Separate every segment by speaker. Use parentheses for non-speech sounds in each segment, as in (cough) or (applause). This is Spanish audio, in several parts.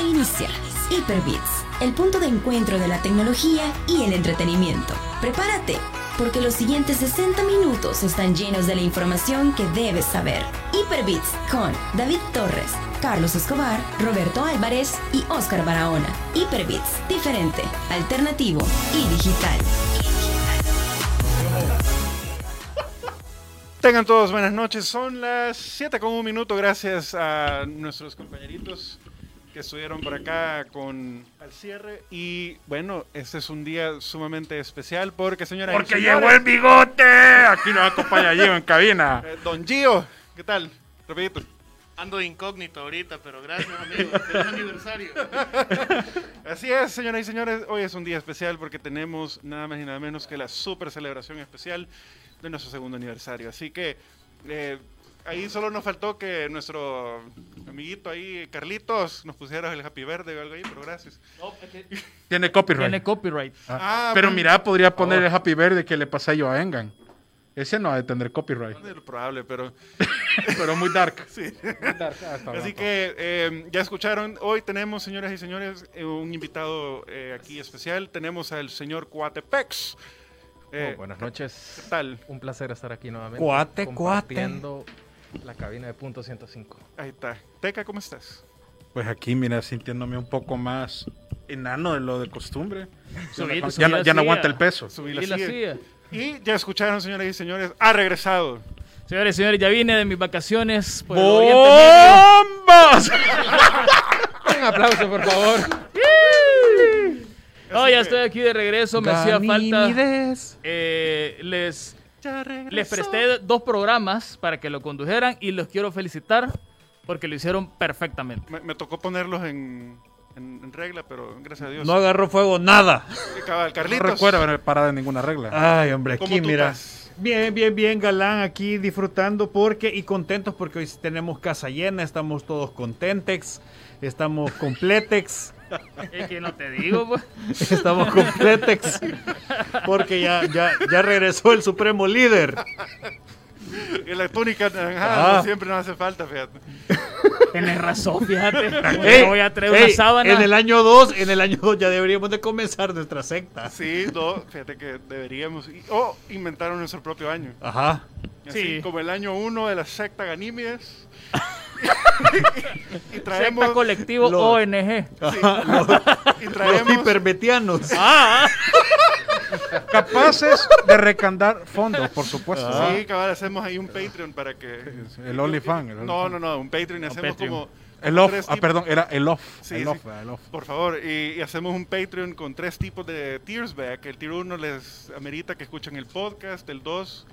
Speaker 1: Inicia Hyperbits, el punto de encuentro de la tecnología y el entretenimiento. Prepárate, porque los siguientes 60 minutos están llenos de la información que debes saber. Hyperbits con David Torres, Carlos Escobar, Roberto Álvarez y Óscar Barahona. Hyperbits, diferente, alternativo y digital.
Speaker 2: Tengan todos buenas noches, son las 7 con un minuto, gracias a nuestros compañeritos que estuvieron por acá con al cierre y bueno, este es un día sumamente especial porque señora
Speaker 3: Porque llegó el bigote. Aquí nos acompaña Gio en cabina.
Speaker 2: eh, Don Gio, ¿qué tal? Rapidito.
Speaker 4: Ando de incógnito ahorita, pero gracias, amigo. Feliz aniversario.
Speaker 2: Así es, señoras y señores, hoy es un día especial porque tenemos nada más y nada menos que la super celebración especial de nuestro segundo aniversario. Así que eh, ahí solo nos faltó que nuestro amiguito ahí, Carlitos, nos pusiera el happy verde o algo ahí, pero gracias.
Speaker 3: Tiene copyright.
Speaker 5: Tiene copyright.
Speaker 2: Ah,
Speaker 3: Pero
Speaker 2: bueno,
Speaker 3: mira, podría poner el happy verde que le pasa yo a Engan. Ese no ha de tener copyright.
Speaker 2: es probable, pero
Speaker 3: Pero muy dark.
Speaker 2: sí.
Speaker 3: Muy dark. Ah, está
Speaker 2: Así
Speaker 3: blanco.
Speaker 2: que eh, ya escucharon, hoy tenemos, señoras y señores, eh, un invitado eh, aquí especial. Tenemos al señor Coatepex. Eh,
Speaker 6: Oh, buenas noches.
Speaker 2: ¿Qué tal?
Speaker 6: Un placer estar aquí nuevamente.
Speaker 7: Cuate,
Speaker 6: compartiendo la cabina de punto 105.
Speaker 2: Ahí está. Teca, ¿cómo estás?
Speaker 3: Pues aquí, mira, sintiéndome un poco más enano de lo de costumbre.
Speaker 5: Subí- subí
Speaker 3: Pues Ya no,
Speaker 5: la
Speaker 3: ya no
Speaker 5: silla.
Speaker 3: aguanta el peso.
Speaker 2: Subí
Speaker 5: Y
Speaker 2: la
Speaker 5: la
Speaker 2: silla.
Speaker 5: silla.
Speaker 2: Y ya escucharon, señoras y señores, ha regresado.
Speaker 5: Señores, señores, ya vine de mis vacaciones por el Oriente Medio.
Speaker 3: ¡Bombas!
Speaker 6: Un aplauso, por favor.
Speaker 5: No, Oh, ya estoy aquí de regreso, me hacía falta.
Speaker 7: Ganímedes.
Speaker 5: Eh, les, les presté dos programas para que lo condujeran y los quiero felicitar porque lo hicieron perfectamente.
Speaker 2: Me, me tocó ponerlos en, en- en regla, pero gracias a Dios.
Speaker 7: No agarró fuego nada.
Speaker 2: Cabal,
Speaker 3: No
Speaker 2: Carlitos.
Speaker 3: recuerdo haber parado en ninguna regla.
Speaker 7: Ay, hombre,
Speaker 2: ¿Cómo
Speaker 7: aquí
Speaker 2: tú
Speaker 7: mira.
Speaker 2: estás?
Speaker 7: Bien, bien, bien, galán, aquí disfrutando porque y contentos porque hoy sí tenemos casa llena, estamos todos contentex, estamos completex,
Speaker 5: Es que no te digo, (laughs) pues.
Speaker 7: (laughs) estamos completex, porque ya, ya, ya regresó el supremo líder.
Speaker 2: Y la túnica naranjada no
Speaker 7: Ah.
Speaker 2: siempre nos hace falta, fíjate.
Speaker 5: Tienes razón, (laughs) fíjate. Me
Speaker 7: Ey,
Speaker 5: voy a traer
Speaker 7: ey,
Speaker 5: una sábana.
Speaker 7: En el año 2, en el año 2 ya deberíamos de comenzar nuestra secta.
Speaker 2: Sí, no, fíjate que deberíamos. y- O inventaron nuestro propio año.
Speaker 7: Ajá.
Speaker 2: Así
Speaker 5: Sí.
Speaker 2: como el año 1 de la secta Ganímedes. y traemos.
Speaker 5: Secta colectivo
Speaker 7: Lo-
Speaker 5: ONG.
Speaker 2: y
Speaker 7: Los
Speaker 2: traemos.
Speaker 7: hipermetianos.
Speaker 5: Ah,
Speaker 3: Capaces de recandar fondos, por supuesto.
Speaker 2: Sí, cabal, hacemos ahí un Patreon para que.
Speaker 3: Ah. El OnlyFans. el
Speaker 2: No,
Speaker 3: OnlyFans.
Speaker 2: no, no, un Patreon. y Hacemos
Speaker 5: Patreon.
Speaker 2: como.
Speaker 3: El off.
Speaker 2: tres
Speaker 3: Ah,
Speaker 2: tip-
Speaker 3: perdón, era el off.
Speaker 2: Sí,
Speaker 3: el
Speaker 2: sí.
Speaker 3: off, el off.
Speaker 2: Por favor, y, y hacemos un Patreon con tres tipos de tiers back. El tier 1 les amerita que escuchen el podcast, el 2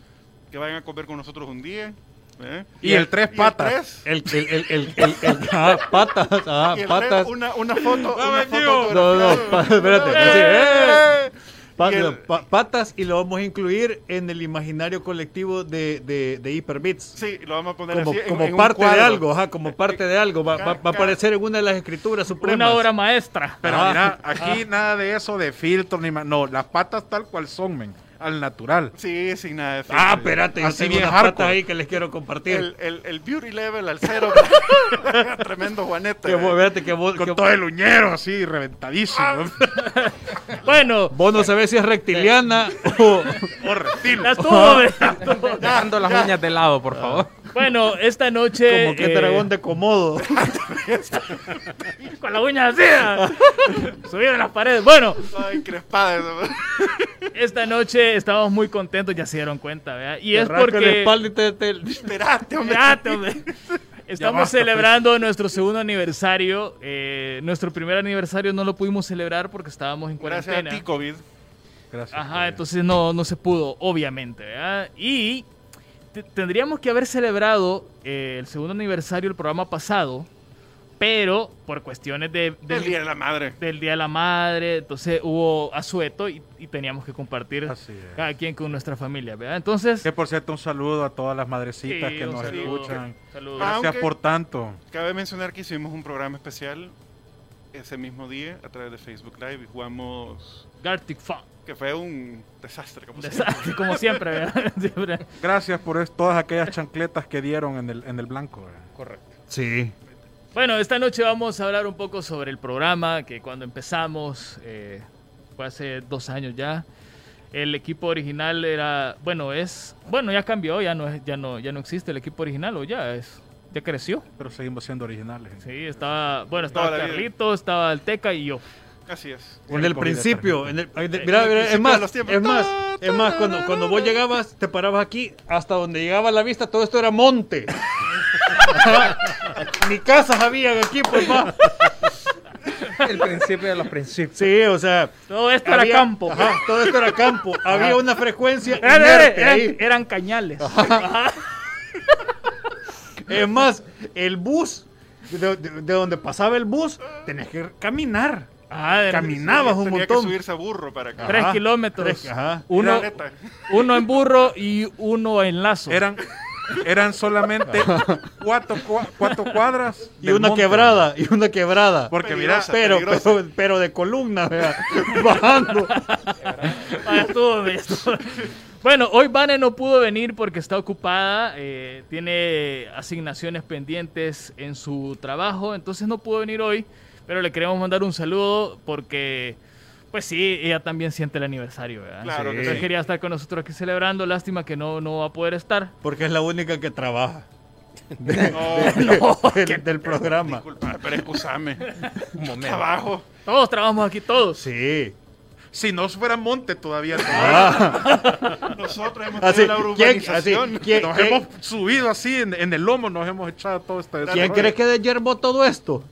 Speaker 2: que vayan a comer con nosotros un día. ¿eh?
Speaker 3: Y el tres patas.
Speaker 2: tres-
Speaker 7: El, el, el, el, el, el- ah, patas, ah,
Speaker 2: y el tres,
Speaker 7: patas.
Speaker 2: una, una foto. una
Speaker 7: Vamos,
Speaker 2: foto
Speaker 7: tío. No, no,
Speaker 2: autografiada.
Speaker 7: pa- espérate, así, ¡eh! Pa-
Speaker 2: Y el-
Speaker 7: pa- patas y lo vamos a incluir en el imaginario colectivo de, de, de Hyperbits.
Speaker 2: Sí, lo vamos a poner
Speaker 7: Como,
Speaker 2: así. en-
Speaker 7: como
Speaker 2: en un
Speaker 7: parte de
Speaker 2: cuadro.
Speaker 7: algo, ajá, como parte de algo. Va, va- va a aparecer en una de las escrituras supremas.
Speaker 5: una obra maestra.
Speaker 3: Pero
Speaker 7: Ah.
Speaker 3: mira, aquí nada de eso de filtro ni más. No, las patas tal cual son, men. Al natural.
Speaker 2: Sí, sin nada de
Speaker 7: Ah,
Speaker 2: filtro.
Speaker 7: espérate, yo
Speaker 3: Así
Speaker 7: tengo
Speaker 3: bien
Speaker 7: unas
Speaker 3: hardcore.
Speaker 7: patas ahí que les quiero compartir.
Speaker 2: El, el, el beauty level al
Speaker 7: (laughs)
Speaker 2: cero. Tremendo Juanete.
Speaker 7: Que vos, espérate, que vos, que
Speaker 3: Con todo el uñero así, reventadísimo. (laughs)
Speaker 5: Bueno,
Speaker 7: vos no sabés si es rectiliana o...
Speaker 3: o reptil.
Speaker 5: las tuvo, hombre, las tuvo.
Speaker 6: Dejando las uñas de lado, por favor.
Speaker 5: Bueno, esta noche.
Speaker 7: Como que
Speaker 5: eh,
Speaker 7: dragón de comodo.
Speaker 5: Con la uña así.
Speaker 2: (laughs)
Speaker 5: ah, Subido en las paredes. Bueno,
Speaker 2: Toda encrespada, ¿no?
Speaker 5: esta noche estamos muy contentos, ya se dieron cuenta, ¿verdad? Y
Speaker 7: Te
Speaker 5: es
Speaker 7: rasco la
Speaker 5: porque.
Speaker 7: espalda y te- te-
Speaker 2: Esperate, hombre. pues.
Speaker 5: Espérate,
Speaker 2: (laughs)
Speaker 5: hombre. Estamos
Speaker 3: basta,
Speaker 5: celebrando nuestro segundo aniversario. eh, nuestro primer aniversario no lo pudimos celebrar porque estábamos en
Speaker 2: Gracias
Speaker 5: cuarentena.
Speaker 2: a ti, COVID.
Speaker 3: Gracias.
Speaker 5: Ajá, entonces no, no se pudo, obviamente, ¿verdad? Y te- tendríamos que haber celebrado eh, el segundo aniversario del programa pasado, pero por cuestiones de, de-
Speaker 2: Del Día de la Madre.
Speaker 5: del Día de la Madre, entonces hubo asueto y, y teníamos que compartir
Speaker 3: Así es.
Speaker 5: cada quien con nuestra familia, ¿verdad? Entonces...
Speaker 3: Que por cierto, un saludo a todas las madrecitas
Speaker 5: sí,
Speaker 3: que
Speaker 5: un
Speaker 3: nos
Speaker 5: saludo,
Speaker 3: escuchan.
Speaker 5: saludo.
Speaker 2: Ah,
Speaker 3: Gracias
Speaker 2: Aunque-
Speaker 3: por tanto.
Speaker 2: Cabe mencionar que hicimos un programa especial ese mismo día a través de Facebook Live y jugamos...
Speaker 5: Gartic Fun.
Speaker 2: Que fue un desastre, como siempre.
Speaker 5: Desastre, como siempre, ¿verdad? (laughs) Siempre.
Speaker 3: eh. Gracias por es- todas aquellas chancletas que dieron en el, en el blanco. ¿verdad?
Speaker 6: Correcto.
Speaker 7: Sí.
Speaker 5: Bueno, esta noche vamos a hablar un poco sobre el programa que cuando empezamos, eh, fue hace dos años ya, el equipo original era, bueno, es, bueno, ya cambió, ya no, es- ya no, ya no existe el equipo original o ya es, ya creció.
Speaker 3: Pero seguimos siendo originales. ¿eh?
Speaker 5: Sí, estaba, bueno, estaba
Speaker 2: Toda la vida.
Speaker 5: Carlito, estaba el Teca y yo.
Speaker 2: Así es.
Speaker 7: En el
Speaker 3: Comida
Speaker 7: principio,
Speaker 3: tarjeta.
Speaker 7: en el- ay, de- mira, mira, es
Speaker 2: principio de
Speaker 7: más,
Speaker 2: los tiempos.
Speaker 7: es más,
Speaker 2: Ta, ta,
Speaker 7: es más,
Speaker 2: ta,
Speaker 7: cuando,
Speaker 2: ta,
Speaker 7: cuando
Speaker 2: ta,
Speaker 7: vos
Speaker 2: ta.
Speaker 7: llegabas, te parabas aquí, hasta donde llegaba la vista, todo esto era monte. (laughs) Ni casas habían aquí, pues más.
Speaker 6: El principio de los principios.
Speaker 7: Sí, o sea,
Speaker 5: Todo esto
Speaker 7: había-
Speaker 5: era campo.
Speaker 7: ajá, todo esto era campo. Había una frecuencia
Speaker 5: Era- era-
Speaker 7: inerte
Speaker 5: eran,
Speaker 7: ahí.
Speaker 5: eran cañales.
Speaker 7: Es más, el bus, de, de- de donde pasaba el bus, tenías que caminar.
Speaker 5: Ajá, eran
Speaker 7: Caminabas un
Speaker 2: Tenía que
Speaker 7: montón.
Speaker 2: subirse a burro para acá.
Speaker 5: Tres
Speaker 7: Ajá.
Speaker 5: kilómetros.
Speaker 7: Tres, ajá.
Speaker 5: Uno,
Speaker 2: Era neta.
Speaker 5: uno en burro y uno en lazo.
Speaker 3: Eran, eran solamente cuatro, cua- cuatro cuadras.
Speaker 7: Y
Speaker 3: del
Speaker 7: una
Speaker 3: monte.
Speaker 7: quebrada, y una quebrada.
Speaker 3: Porque mira,
Speaker 2: Peligrosa,
Speaker 7: pero,
Speaker 2: peligrosa.
Speaker 7: pero, pero de columna, vea, (laughs) bajando.
Speaker 5: Ah, estuvo bien, estuvo bien. Bueno, hoy Vane no pudo venir porque está ocupada, eh, tiene asignaciones pendientes en su trabajo, entonces no pudo venir hoy, pero le queremos mandar un saludo porque, pues sí, ella también siente el aniversario, ¿verdad?
Speaker 2: Claro que
Speaker 5: Entonces
Speaker 2: sí.
Speaker 5: quería estar con nosotros aquí celebrando, lástima que no, no va a poder estar.
Speaker 7: Porque es la única que trabaja (laughs)
Speaker 2: No,
Speaker 7: del, del programa.
Speaker 2: disculpa, pero excusame.
Speaker 6: Un momento.
Speaker 2: Trabajo.
Speaker 5: Todos trabajamos aquí, todos.
Speaker 7: Sí. Ah,
Speaker 3: Si no fuera monte (laughs) todavía.
Speaker 2: Nosotros hemos tenido
Speaker 7: Así,
Speaker 2: la
Speaker 7: ¿quién, así,
Speaker 2: urbanización.
Speaker 7: ¿quién,
Speaker 3: nos
Speaker 7: quién-
Speaker 3: hemos subido así en, en el lomo, nos hemos echado todo este
Speaker 7: quién
Speaker 2: eh.
Speaker 3: desarrollo.
Speaker 7: cree que deyerbó todo esto?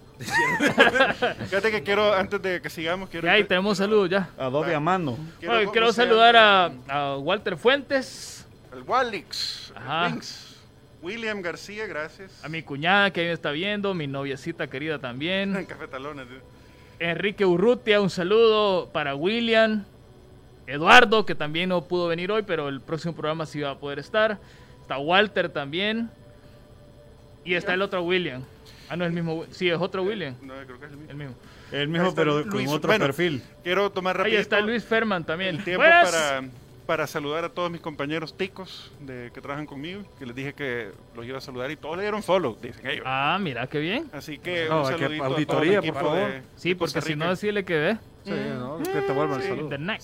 Speaker 2: Fíjate que quiero, antes de que sigamos, quiero...
Speaker 5: Ya, ahí tenemos saludos ya.
Speaker 7: Adobe a mano.
Speaker 5: Bueno, Quiero,
Speaker 2: conocer
Speaker 5: saludar a, a Walter Fuentes,
Speaker 2: Al Walix. al
Speaker 5: Ajá.
Speaker 2: Winx, William García, gracias.
Speaker 5: a mi cuñada que ahí me está viendo, mi noviecita querida también.
Speaker 2: En cafetalones. dude.
Speaker 5: Enrique Urrutia, un saludo para William. Eduardo, que también no pudo venir hoy, pero el próximo programa sí va a poder estar. Está Walter también. Y está el otro William. Ah, no, es el mismo. Wi- Sí, es otro William.
Speaker 2: No, creo que es el mismo.
Speaker 5: El mismo.
Speaker 7: El
Speaker 2: Ahí
Speaker 7: mismo,
Speaker 2: está
Speaker 7: pero
Speaker 2: Luis.
Speaker 7: con otro
Speaker 2: Bueno,
Speaker 7: perfil.
Speaker 2: Quiero tomar
Speaker 5: Ahí
Speaker 2: rápido
Speaker 5: está Luis Ferman también.
Speaker 2: el tiempo
Speaker 5: Pues,
Speaker 2: para, para saludar a todos mis compañeros ticos de, que trabajan conmigo, que les dije que los iba a saludar y todos le dieron follow, dicen ellos.
Speaker 5: Ah, mira, qué bien.
Speaker 2: Así que
Speaker 3: No,
Speaker 2: un
Speaker 3: que
Speaker 2: saludito a todo el
Speaker 3: auditoría, por
Speaker 2: equipo
Speaker 3: favor.
Speaker 2: de-
Speaker 5: Sí,
Speaker 2: de Costa
Speaker 5: porque si
Speaker 2: Rica. (laughs)
Speaker 5: no, decirle que ve.
Speaker 3: Sí, no, que te vuelvan el saludo.
Speaker 5: Internet.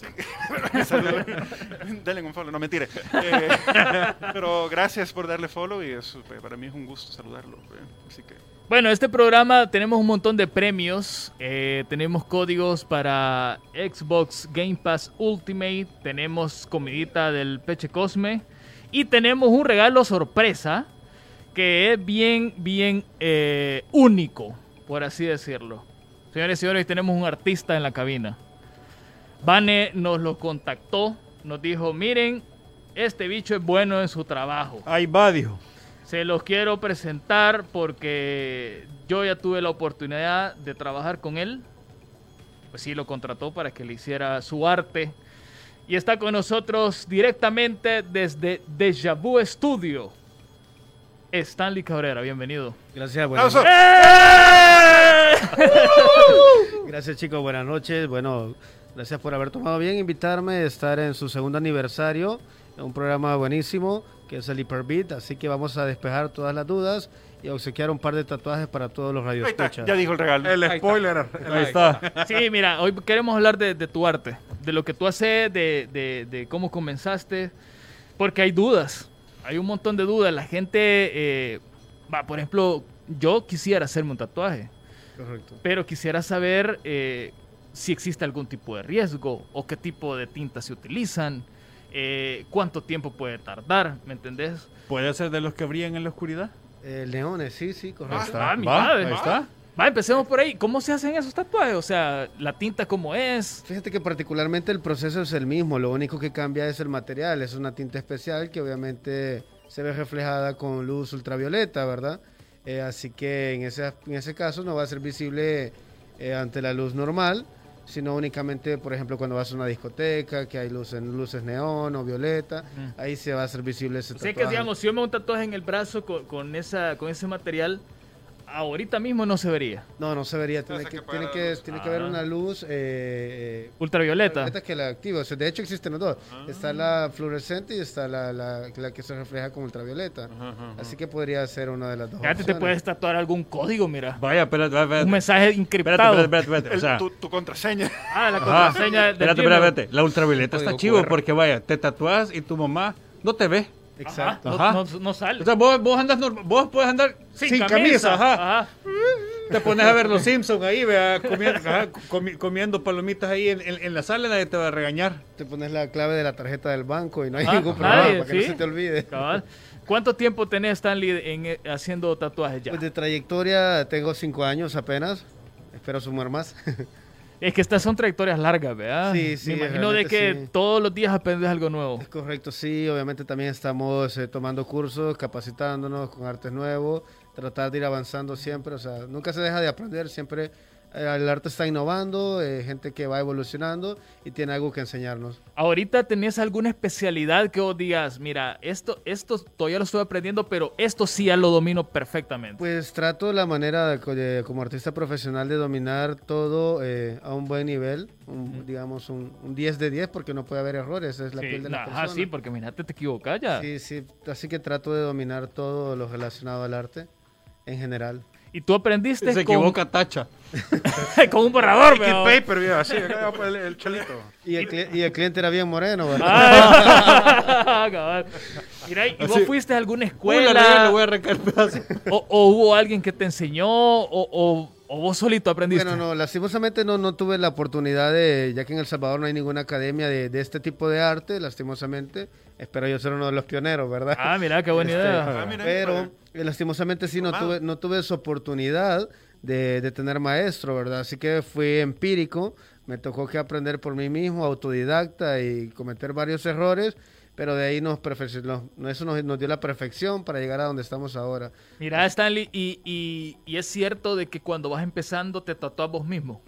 Speaker 2: Saludos. Denle un follow, no mentire. Eh, pero gracias por darle follow y eso, pues, para mí es un gusto saludarlo. eh. Así que
Speaker 5: Bueno, este programa tenemos un montón de premios. Eh, tenemos códigos para Xbox Game Pass Ultimate. Tenemos comidita del Peche Cosme. Y tenemos un regalo sorpresa que es bien, bien eh, único, por así decirlo. Señores y señores, tenemos un artista en la cabina. Vane nos lo contactó, nos dijo, miren, este bicho es bueno en su trabajo.
Speaker 7: Ahí va, dijo.
Speaker 5: Se los quiero presentar porque yo ya tuve la oportunidad de trabajar con él. Pues sí, lo contrató para que le hiciera su arte. Y está con nosotros directamente desde Deja Vu Studio. Stanley Cabrera, bienvenido.
Speaker 8: Gracias, buenas,
Speaker 2: ¡Aplauso!
Speaker 8: gracias chicos, buenas noches. Bueno, gracias por haber tomado bien, invitarme a estar en su segundo aniversario, en un programa buenísimo que es el Hyperbeat, así que vamos a despejar todas las dudas y a obsequiar un par de tatuajes para todos los
Speaker 2: ahí está,
Speaker 8: radioescuchas.
Speaker 2: ya dijo el regalo.
Speaker 3: El spoiler. el-
Speaker 7: Ahí está.
Speaker 5: Sí, mira, hoy queremos hablar de, de tu arte, de lo que tú haces, de, de- de cómo comenzaste, porque hay dudas, hay un montón de dudas. La gente, eh, va, por ejemplo, yo quisiera hacerme un tatuaje,
Speaker 8: Correcto.
Speaker 5: pero quisiera saber eh, si existe algún tipo de riesgo o qué tipo de tinta se utilizan, eh, cuánto tiempo puede tardar, ¿me entendés?
Speaker 7: ¿Puede ser de los que brillan en la oscuridad?
Speaker 8: Eh, Leones, sí, sí, correcto.
Speaker 5: Ah, mi
Speaker 7: Va,
Speaker 5: madre.
Speaker 7: ahí está.
Speaker 5: Va, empecemos por ahí. ¿Cómo se hacen esos tatuajes? O sea, la tinta cómo es.
Speaker 8: Fíjate que particularmente el proceso es el mismo, lo único que cambia es el material, es una tinta especial que obviamente se ve reflejada con luz ultravioleta, ¿verdad? Eh, así que en ese, en ese caso no va a ser visible eh, ante la luz normal, sino únicamente, por ejemplo, cuando vas a una discoteca, que hay luz en, luces neón o violeta,
Speaker 5: Ujú.
Speaker 8: ahí se va a ser visible ese
Speaker 5: O sea que
Speaker 8: tatuaje.
Speaker 5: digamos, si yo me hago un tatuaje en el brazo con, con esa, con ese material, ahorita mismo no se vería.
Speaker 8: No, no se vería.
Speaker 2: sea,
Speaker 8: Tiene
Speaker 2: que
Speaker 8: que,
Speaker 2: apagar
Speaker 8: tiene
Speaker 2: la
Speaker 8: que,
Speaker 2: luz.
Speaker 8: tiene que haber
Speaker 5: Ah.
Speaker 8: una luz. eh, eh,
Speaker 5: Ultravioleta.
Speaker 8: Esta que la activa. O sea, de hecho existen los dos.
Speaker 5: Ah.
Speaker 8: Está la fluorescente y está la, la- la que se refleja con ultravioleta. Así que podría ser una de las dos.
Speaker 5: Fíjate, te
Speaker 8: opciones.
Speaker 5: puedes tatuar algún código, mira.
Speaker 7: Vaya, espérate, espérate.
Speaker 5: Un mensaje
Speaker 7: Espérate,
Speaker 5: encriptado.
Speaker 7: espérate, espérate, espérate,
Speaker 2: El-
Speaker 7: O sea,
Speaker 2: tu, tu contraseña.
Speaker 5: Ah, la
Speaker 7: Ajá.
Speaker 5: contraseña de
Speaker 7: Espérate,
Speaker 5: Gmail.
Speaker 7: espérate, espérate. La ultravioleta está
Speaker 8: Código
Speaker 7: chivo
Speaker 8: QR.
Speaker 7: porque vaya, te tatúas y tu mamá no te ve.
Speaker 8: Exacto.
Speaker 5: No-
Speaker 7: Ajá.
Speaker 5: No, no sale.
Speaker 7: O sea, vos, vos andas normal, vos puedes andar sin, camisa, ajá.
Speaker 5: ajá.
Speaker 7: Te pones a ver los Simpsons ahí, vea, comiendo, ajá, comi- comiendo palomitas ahí en, en- en la sala, nadie te va a regañar.
Speaker 8: Te pones la clave de la tarjeta del banco y no hay
Speaker 5: Ah,
Speaker 8: ningún problema
Speaker 5: nadie,
Speaker 8: para que
Speaker 5: sí.
Speaker 8: no se te olvide.
Speaker 5: Cabal. ¿Cuánto tiempo tenés, Stanley, en, eh, haciendo tatuajes ya?
Speaker 8: Pues de trayectoria tengo cinco años apenas. Espero sumar más.
Speaker 5: Es que estas son trayectorias largas, ¿verdad?
Speaker 8: Sí, sí,
Speaker 5: Me imagino de
Speaker 8: realmente
Speaker 5: que
Speaker 8: sí.
Speaker 5: todos los días aprendes algo nuevo.
Speaker 8: Es correcto, sí. Obviamente también estamos eh, tomando cursos, capacitándonos con artes nuevos, tratar de ir avanzando siempre. O sea, nunca se deja de aprender, siempre eh, el arte está innovando, eh, gente que va evolucionando y tiene algo que enseñarnos.
Speaker 5: Ahorita tenés alguna especialidad que vos digas, mira, esto, esto todavía lo estoy aprendiendo, pero esto sí ya lo domino perfectamente.
Speaker 8: Pues trato la manera de co- de- como artista profesional de dominar todo eh, a un buen nivel, un- digamos un, un 10 de 10 porque no puede haber errores, es la
Speaker 5: Sí,
Speaker 8: piel de
Speaker 5: nah,
Speaker 8: la
Speaker 5: ajá,
Speaker 8: persona.
Speaker 5: sí, pues. porque mira, te, te equivocás ya.
Speaker 8: sí, sí, así que trato de dominar todo lo relacionado al arte en general.
Speaker 5: Y tú aprendiste
Speaker 7: Se
Speaker 5: con,
Speaker 7: equivoca Tacha.
Speaker 5: (laughs) con un
Speaker 8: (laughs)
Speaker 5: borrador,
Speaker 3: Kid
Speaker 5: pero-
Speaker 3: Paper, viejo, así, acá va el, el cholito.
Speaker 8: Y el, cli- y el cliente era bien moreno, ¿verdad?
Speaker 5: Ah, (laughs) cabal. Mira, ¿y vos
Speaker 7: Así.
Speaker 5: fuiste a alguna
Speaker 7: Uy, la regla, le
Speaker 5: escuela?
Speaker 7: voy a arrancar el pedazo.
Speaker 5: o, o hubo alguien que te enseñó? ¿O, o- o vos solito aprendiste?
Speaker 8: Bueno, no, lastimosamente no, no tuve la oportunidad de, ya que en El Salvador no hay ninguna academia de, de este tipo de arte, lastimosamente. Espero yo ser uno de los pioneros, ¿verdad?
Speaker 5: Ah, mira, qué buena
Speaker 8: Este,
Speaker 5: idea.
Speaker 2: mira,
Speaker 8: Pero eh, lastimosamente sí, no tuve, no tuve esa oportunidad de, de tener maestro, ¿verdad? Así que fui empírico, me tocó que aprender por mí mismo, autodidacta y cometer varios errores, pero de ahí nos, perfec- nos- no- eso nos, nos dio la perfección para llegar a donde estamos ahora.
Speaker 5: Mira, Stanley, y, y- y es cierto de que cuando vas empezando te tatuas vos mismo.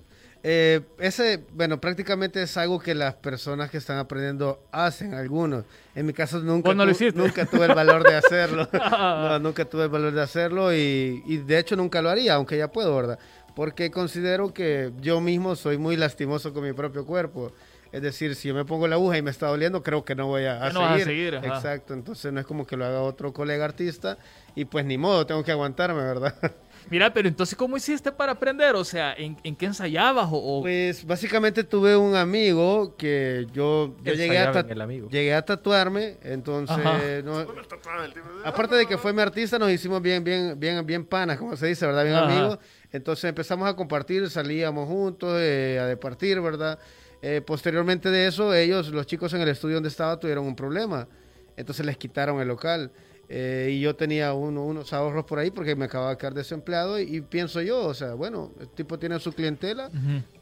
Speaker 8: Eh, ese, bueno, prácticamente es algo que las personas que están aprendiendo hacen, algunos. En mi caso nunca,
Speaker 5: ¿Vos no lo
Speaker 8: tu-
Speaker 5: hiciste?
Speaker 8: nunca tuve el valor
Speaker 5: (laughs)
Speaker 8: de hacerlo. No, nunca tuve el valor de hacerlo y, y de hecho nunca lo haría, aunque ya puedo, ¿verdad? Porque considero que yo mismo soy muy lastimoso con mi propio cuerpo. Es decir, si yo me pongo la aguja y me está doliendo, creo que no voy a,
Speaker 5: Ya no vas a seguir, ajá.
Speaker 8: Exacto, entonces no es como que lo haga otro colega artista y pues ni modo, tengo que aguantarme, ¿verdad? (laughs)
Speaker 5: Mira, pero entonces, ¿cómo hiciste para aprender? O sea, ¿en, en qué ensayabas? O, o-
Speaker 8: Pues básicamente tuve un amigo que yo, yo
Speaker 6: Él
Speaker 8: llegué, a
Speaker 6: fallaba
Speaker 8: tat-
Speaker 6: en el amigo.
Speaker 8: llegué a tatuarme, entonces
Speaker 5: Ajá.
Speaker 8: no-
Speaker 2: Tatuado, el tipo de-
Speaker 8: aparte de que fue mi artista nos hicimos bien, bien, bien, bien panas, como se dice, ¿verdad? Bien
Speaker 5: Ajá.
Speaker 8: amigos. Entonces empezamos a compartir, salíamos juntos, eh, a departir, ¿verdad? Eh, posteriormente de eso, ellos, los chicos en el estudio donde estaba, tuvieron un problema. Entonces les quitaron el local. Eh, y yo tenía uno- unos ahorros por ahí porque me acababa de quedar desempleado. Y, y pienso yo, o sea, bueno, el tipo tiene su clientela,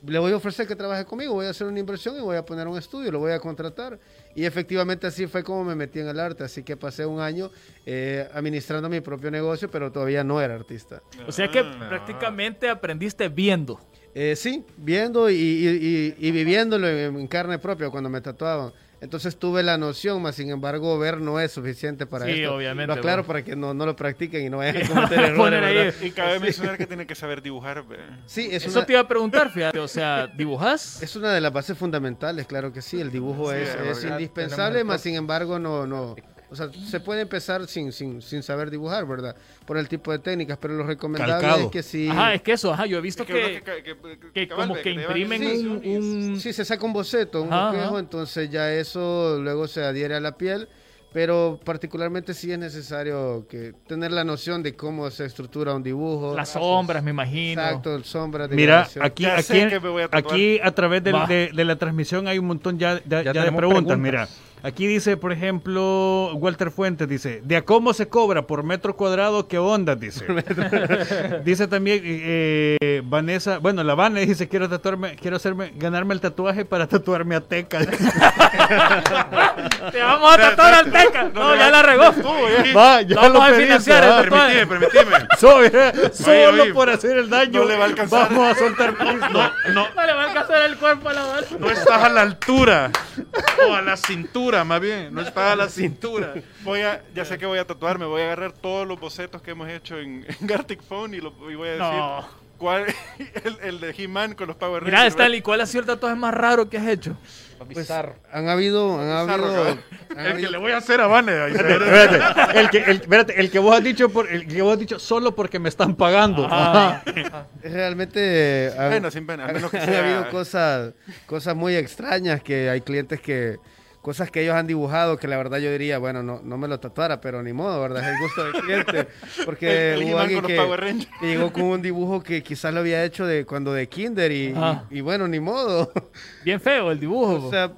Speaker 8: le voy a ofrecer que trabaje conmigo, voy a hacer una inversión y voy a poner un estudio, lo voy a contratar. Y efectivamente así fue como me metí en el arte. Así que pasé un año eh, administrando mi propio negocio, pero todavía no era artista.
Speaker 5: o sea que prácticamente aprendiste viendo.
Speaker 8: Eh, sí, viendo y, y- y- y viviéndolo en, en carne propia cuando me tatuaban. Entonces tuve la noción, más sin embargo ver no es suficiente para
Speaker 5: Sí,
Speaker 8: esto.
Speaker 5: obviamente,
Speaker 8: Lo aclaro
Speaker 5: bueno.
Speaker 8: para que no, no lo practiquen y no vayan
Speaker 5: (laughs)
Speaker 8: a cometer errores.
Speaker 5: Poner ahí.
Speaker 8: ¿verdad?
Speaker 2: Y
Speaker 3: (laughs)
Speaker 2: cabe mencionar que tiene que saber dibujar. pues. ve.
Speaker 8: Sí, es
Speaker 5: Eso
Speaker 8: una,
Speaker 5: te iba a preguntar, fíjate. O sea, ¿dibujás?
Speaker 8: es una de las bases fundamentales, claro que sí. El dibujo es,
Speaker 2: porque
Speaker 8: es
Speaker 6: ya tenemos
Speaker 8: indispensable,
Speaker 6: el
Speaker 8: más
Speaker 6: top.
Speaker 8: sin embargo no, no. O sea, se puede empezar sin, sin, sin saber dibujar, ¿verdad? Por el tipo de técnicas, pero lo recomendable
Speaker 7: Calcado.
Speaker 8: es que sí.
Speaker 5: Ajá, es que eso, ajá, yo he visto
Speaker 2: Es uno
Speaker 5: que,
Speaker 2: que- que- que-
Speaker 5: que
Speaker 2: cabal,
Speaker 5: como
Speaker 2: ve,
Speaker 5: que
Speaker 2: te llevan
Speaker 5: imprimen un...
Speaker 2: instrucciones y es-
Speaker 5: un-
Speaker 8: Sí, se saca un boceto, un
Speaker 5: Ajá,
Speaker 8: bosquejo,
Speaker 5: ajá.
Speaker 8: entonces ya eso luego se adhiere a la piel, pero particularmente sí es necesario que tener la noción de cómo se estructura un dibujo.
Speaker 5: Las sombras, me imagino.
Speaker 8: Exacto, sombras.
Speaker 7: Mira,
Speaker 8: degradación.
Speaker 7: aquí,
Speaker 2: Ya
Speaker 7: aquí,
Speaker 2: sé que me voy a tatuar.
Speaker 7: aquí a través del-
Speaker 5: Va.
Speaker 7: de, de la transmisión hay un montón ya, de- ya de
Speaker 6: tenemos
Speaker 7: preguntas.
Speaker 6: preguntas.
Speaker 7: Mira, aquí dice, por ejemplo, Walter Fuentes dice, ¿de a cómo se cobra por metro cuadrado? ¿Qué onda? Dice. dice también eh, Vanessa, bueno, la Vane dice, quiero tatuarme, quiero hacerme, ganarme el tatuaje para tatuarme a Teca.
Speaker 5: Te vamos a tatuar al teca. No, ya la regó.
Speaker 2: eh.
Speaker 5: (laughs)
Speaker 7: Va, ya
Speaker 5: Vamos
Speaker 7: lo
Speaker 5: a
Speaker 7: pediste,
Speaker 5: financiar
Speaker 7: va.
Speaker 5: el tatuaje.
Speaker 3: Permitime, permitime.
Speaker 7: So- solo
Speaker 3: oye,
Speaker 7: por hacer el daño
Speaker 2: no le va a alcanzar.
Speaker 7: vamos a soltar pisto.
Speaker 3: No, no,
Speaker 5: No le va a alcanzar el cuerpo a la bala.
Speaker 3: no estás a la altura o a la cintura cintura, más bien. No estaba a la cintura.
Speaker 2: Voy a, ya sé que voy a tatuarme, voy a agarrar todos los bocetos que hemos hecho en, (laughs) en Arctic Phone y, lo, y voy a decir
Speaker 5: No.
Speaker 2: cuál (laughs) el, el de He-Man con los Power
Speaker 5: Mirá,
Speaker 2: Rangers.
Speaker 5: Stanley, ¿cuál ha sido el tatuaje más raro que has hecho?
Speaker 6: Bizarro.
Speaker 8: Han habido, han
Speaker 2: Bizarro,
Speaker 8: habido,
Speaker 2: cabrón.
Speaker 8: han
Speaker 3: El que
Speaker 8: habido-
Speaker 3: le voy a hacer a Vane. ahí se ve.
Speaker 7: Espérate, el que, el, espérate, el que vos has dicho por, el que vos has dicho solo porque me están pagando.
Speaker 8: realmente eh, han-
Speaker 2: Pena, sin pena, a menos que
Speaker 8: (laughs) han
Speaker 2: sea-
Speaker 8: habido cosas, cosas muy extrañas que hay clientes que cosas que ellos han dibujado que la verdad yo diría, bueno, no, no me lo tatuara, pero ni modo, ¿verdad? Es el gusto
Speaker 2: (laughs)
Speaker 8: del cliente. Porque
Speaker 2: El- el
Speaker 8: hubo
Speaker 2: He-Man
Speaker 8: alguien
Speaker 2: con los
Speaker 8: que,
Speaker 2: Power Rangers.
Speaker 8: que llegó con un dibujo que quizás lo había hecho de cuando de kinder y, y-
Speaker 5: Ajá.
Speaker 8: y bueno, ni modo. (laughs)
Speaker 5: Bien feo el dibujo.
Speaker 8: O sea,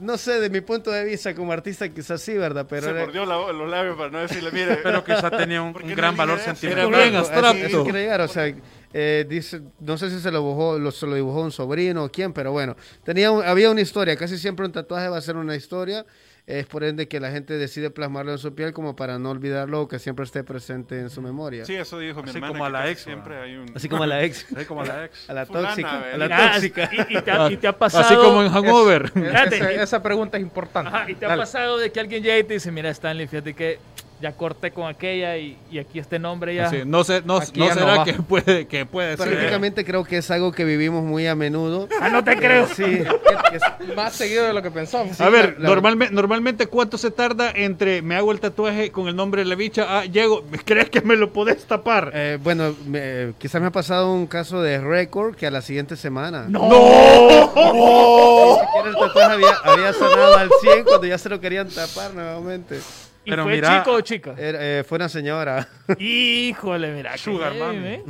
Speaker 8: no sé, de mi punto de vista como artista quizás sí, ¿verdad? Pero
Speaker 2: se
Speaker 8: era-
Speaker 2: mordió la- los labios para no decirle, mire,
Speaker 3: Pero quizá tenía un,
Speaker 2: ¿Por
Speaker 3: un
Speaker 2: qué no
Speaker 3: gran
Speaker 2: le
Speaker 3: valor
Speaker 2: dirás?
Speaker 3: sentimental.
Speaker 7: Era blanco.
Speaker 8: Así
Speaker 7: abstracto.
Speaker 8: (laughs) quiere llegar, o sea, eh, dice, no sé si se lo, dibujó, lo, se lo dibujó un sobrino o quién, pero bueno, tenía un- había una historia, casi siempre un tatuaje va a ser una historia, es por ende que la gente decide plasmarlo en su piel como para no olvidarlo o que siempre esté presente en su memoria.
Speaker 2: sí, eso dijo mi
Speaker 3: Así
Speaker 2: hermana.
Speaker 3: como a
Speaker 2: que
Speaker 3: la
Speaker 2: casi
Speaker 3: ex,
Speaker 2: Siempre
Speaker 3: ¿verdad?
Speaker 2: hay un...
Speaker 9: Así como a la ex.
Speaker 3: Sí, como la ex.
Speaker 8: (laughs) A la
Speaker 2: Fulana,
Speaker 8: tóxica.
Speaker 2: ¿verdad?
Speaker 8: a la
Speaker 5: Mirá,
Speaker 8: tóxica.
Speaker 5: Y, y te ha, y te ha pasado.
Speaker 7: Así como en Hangover.
Speaker 5: Espérate,
Speaker 6: Esa-
Speaker 5: y-
Speaker 6: Eh, esa pregunta es importante.
Speaker 5: Ajá, y te ha
Speaker 6: Dale.
Speaker 5: pasado de que alguien llega y te dice, mira Stanley, fíjate que ya corté con aquella y, y aquí este nombre (laughs) ya.
Speaker 7: Así, no sé, no,
Speaker 6: Aquí
Speaker 7: no
Speaker 6: ya no
Speaker 7: será
Speaker 6: va.
Speaker 7: que puede, que puede ser.
Speaker 8: Prácticamente creo que es algo que vivimos muy a menudo.
Speaker 5: (laughs)
Speaker 8: Eh,
Speaker 5: Ah, no te creo.
Speaker 8: Sí, que- que-
Speaker 6: Más seguido de lo que pensamos.
Speaker 7: a ver,
Speaker 8: la- la-
Speaker 7: normalme- normalmente cuánto se tarda entre me hago el tatuaje con el nombre de la bicha, ah, llego, ¿crees que me lo podés tapar?
Speaker 8: eh, bueno, me- quizás me ha pasado un caso de récord que a la siguiente semana. Ni siquiera el tatuaje había, había sonado al 100 cuando ya se lo querían tapar nuevamente.
Speaker 5: ¿Y
Speaker 3: Pero
Speaker 5: fue
Speaker 3: mira-
Speaker 5: chico o chica?
Speaker 8: Era, eh, fue una señora. (laughs)
Speaker 5: Híjole, mira. qué
Speaker 3: Sugar
Speaker 5: heavy,
Speaker 3: mami.
Speaker 5: ¿eh?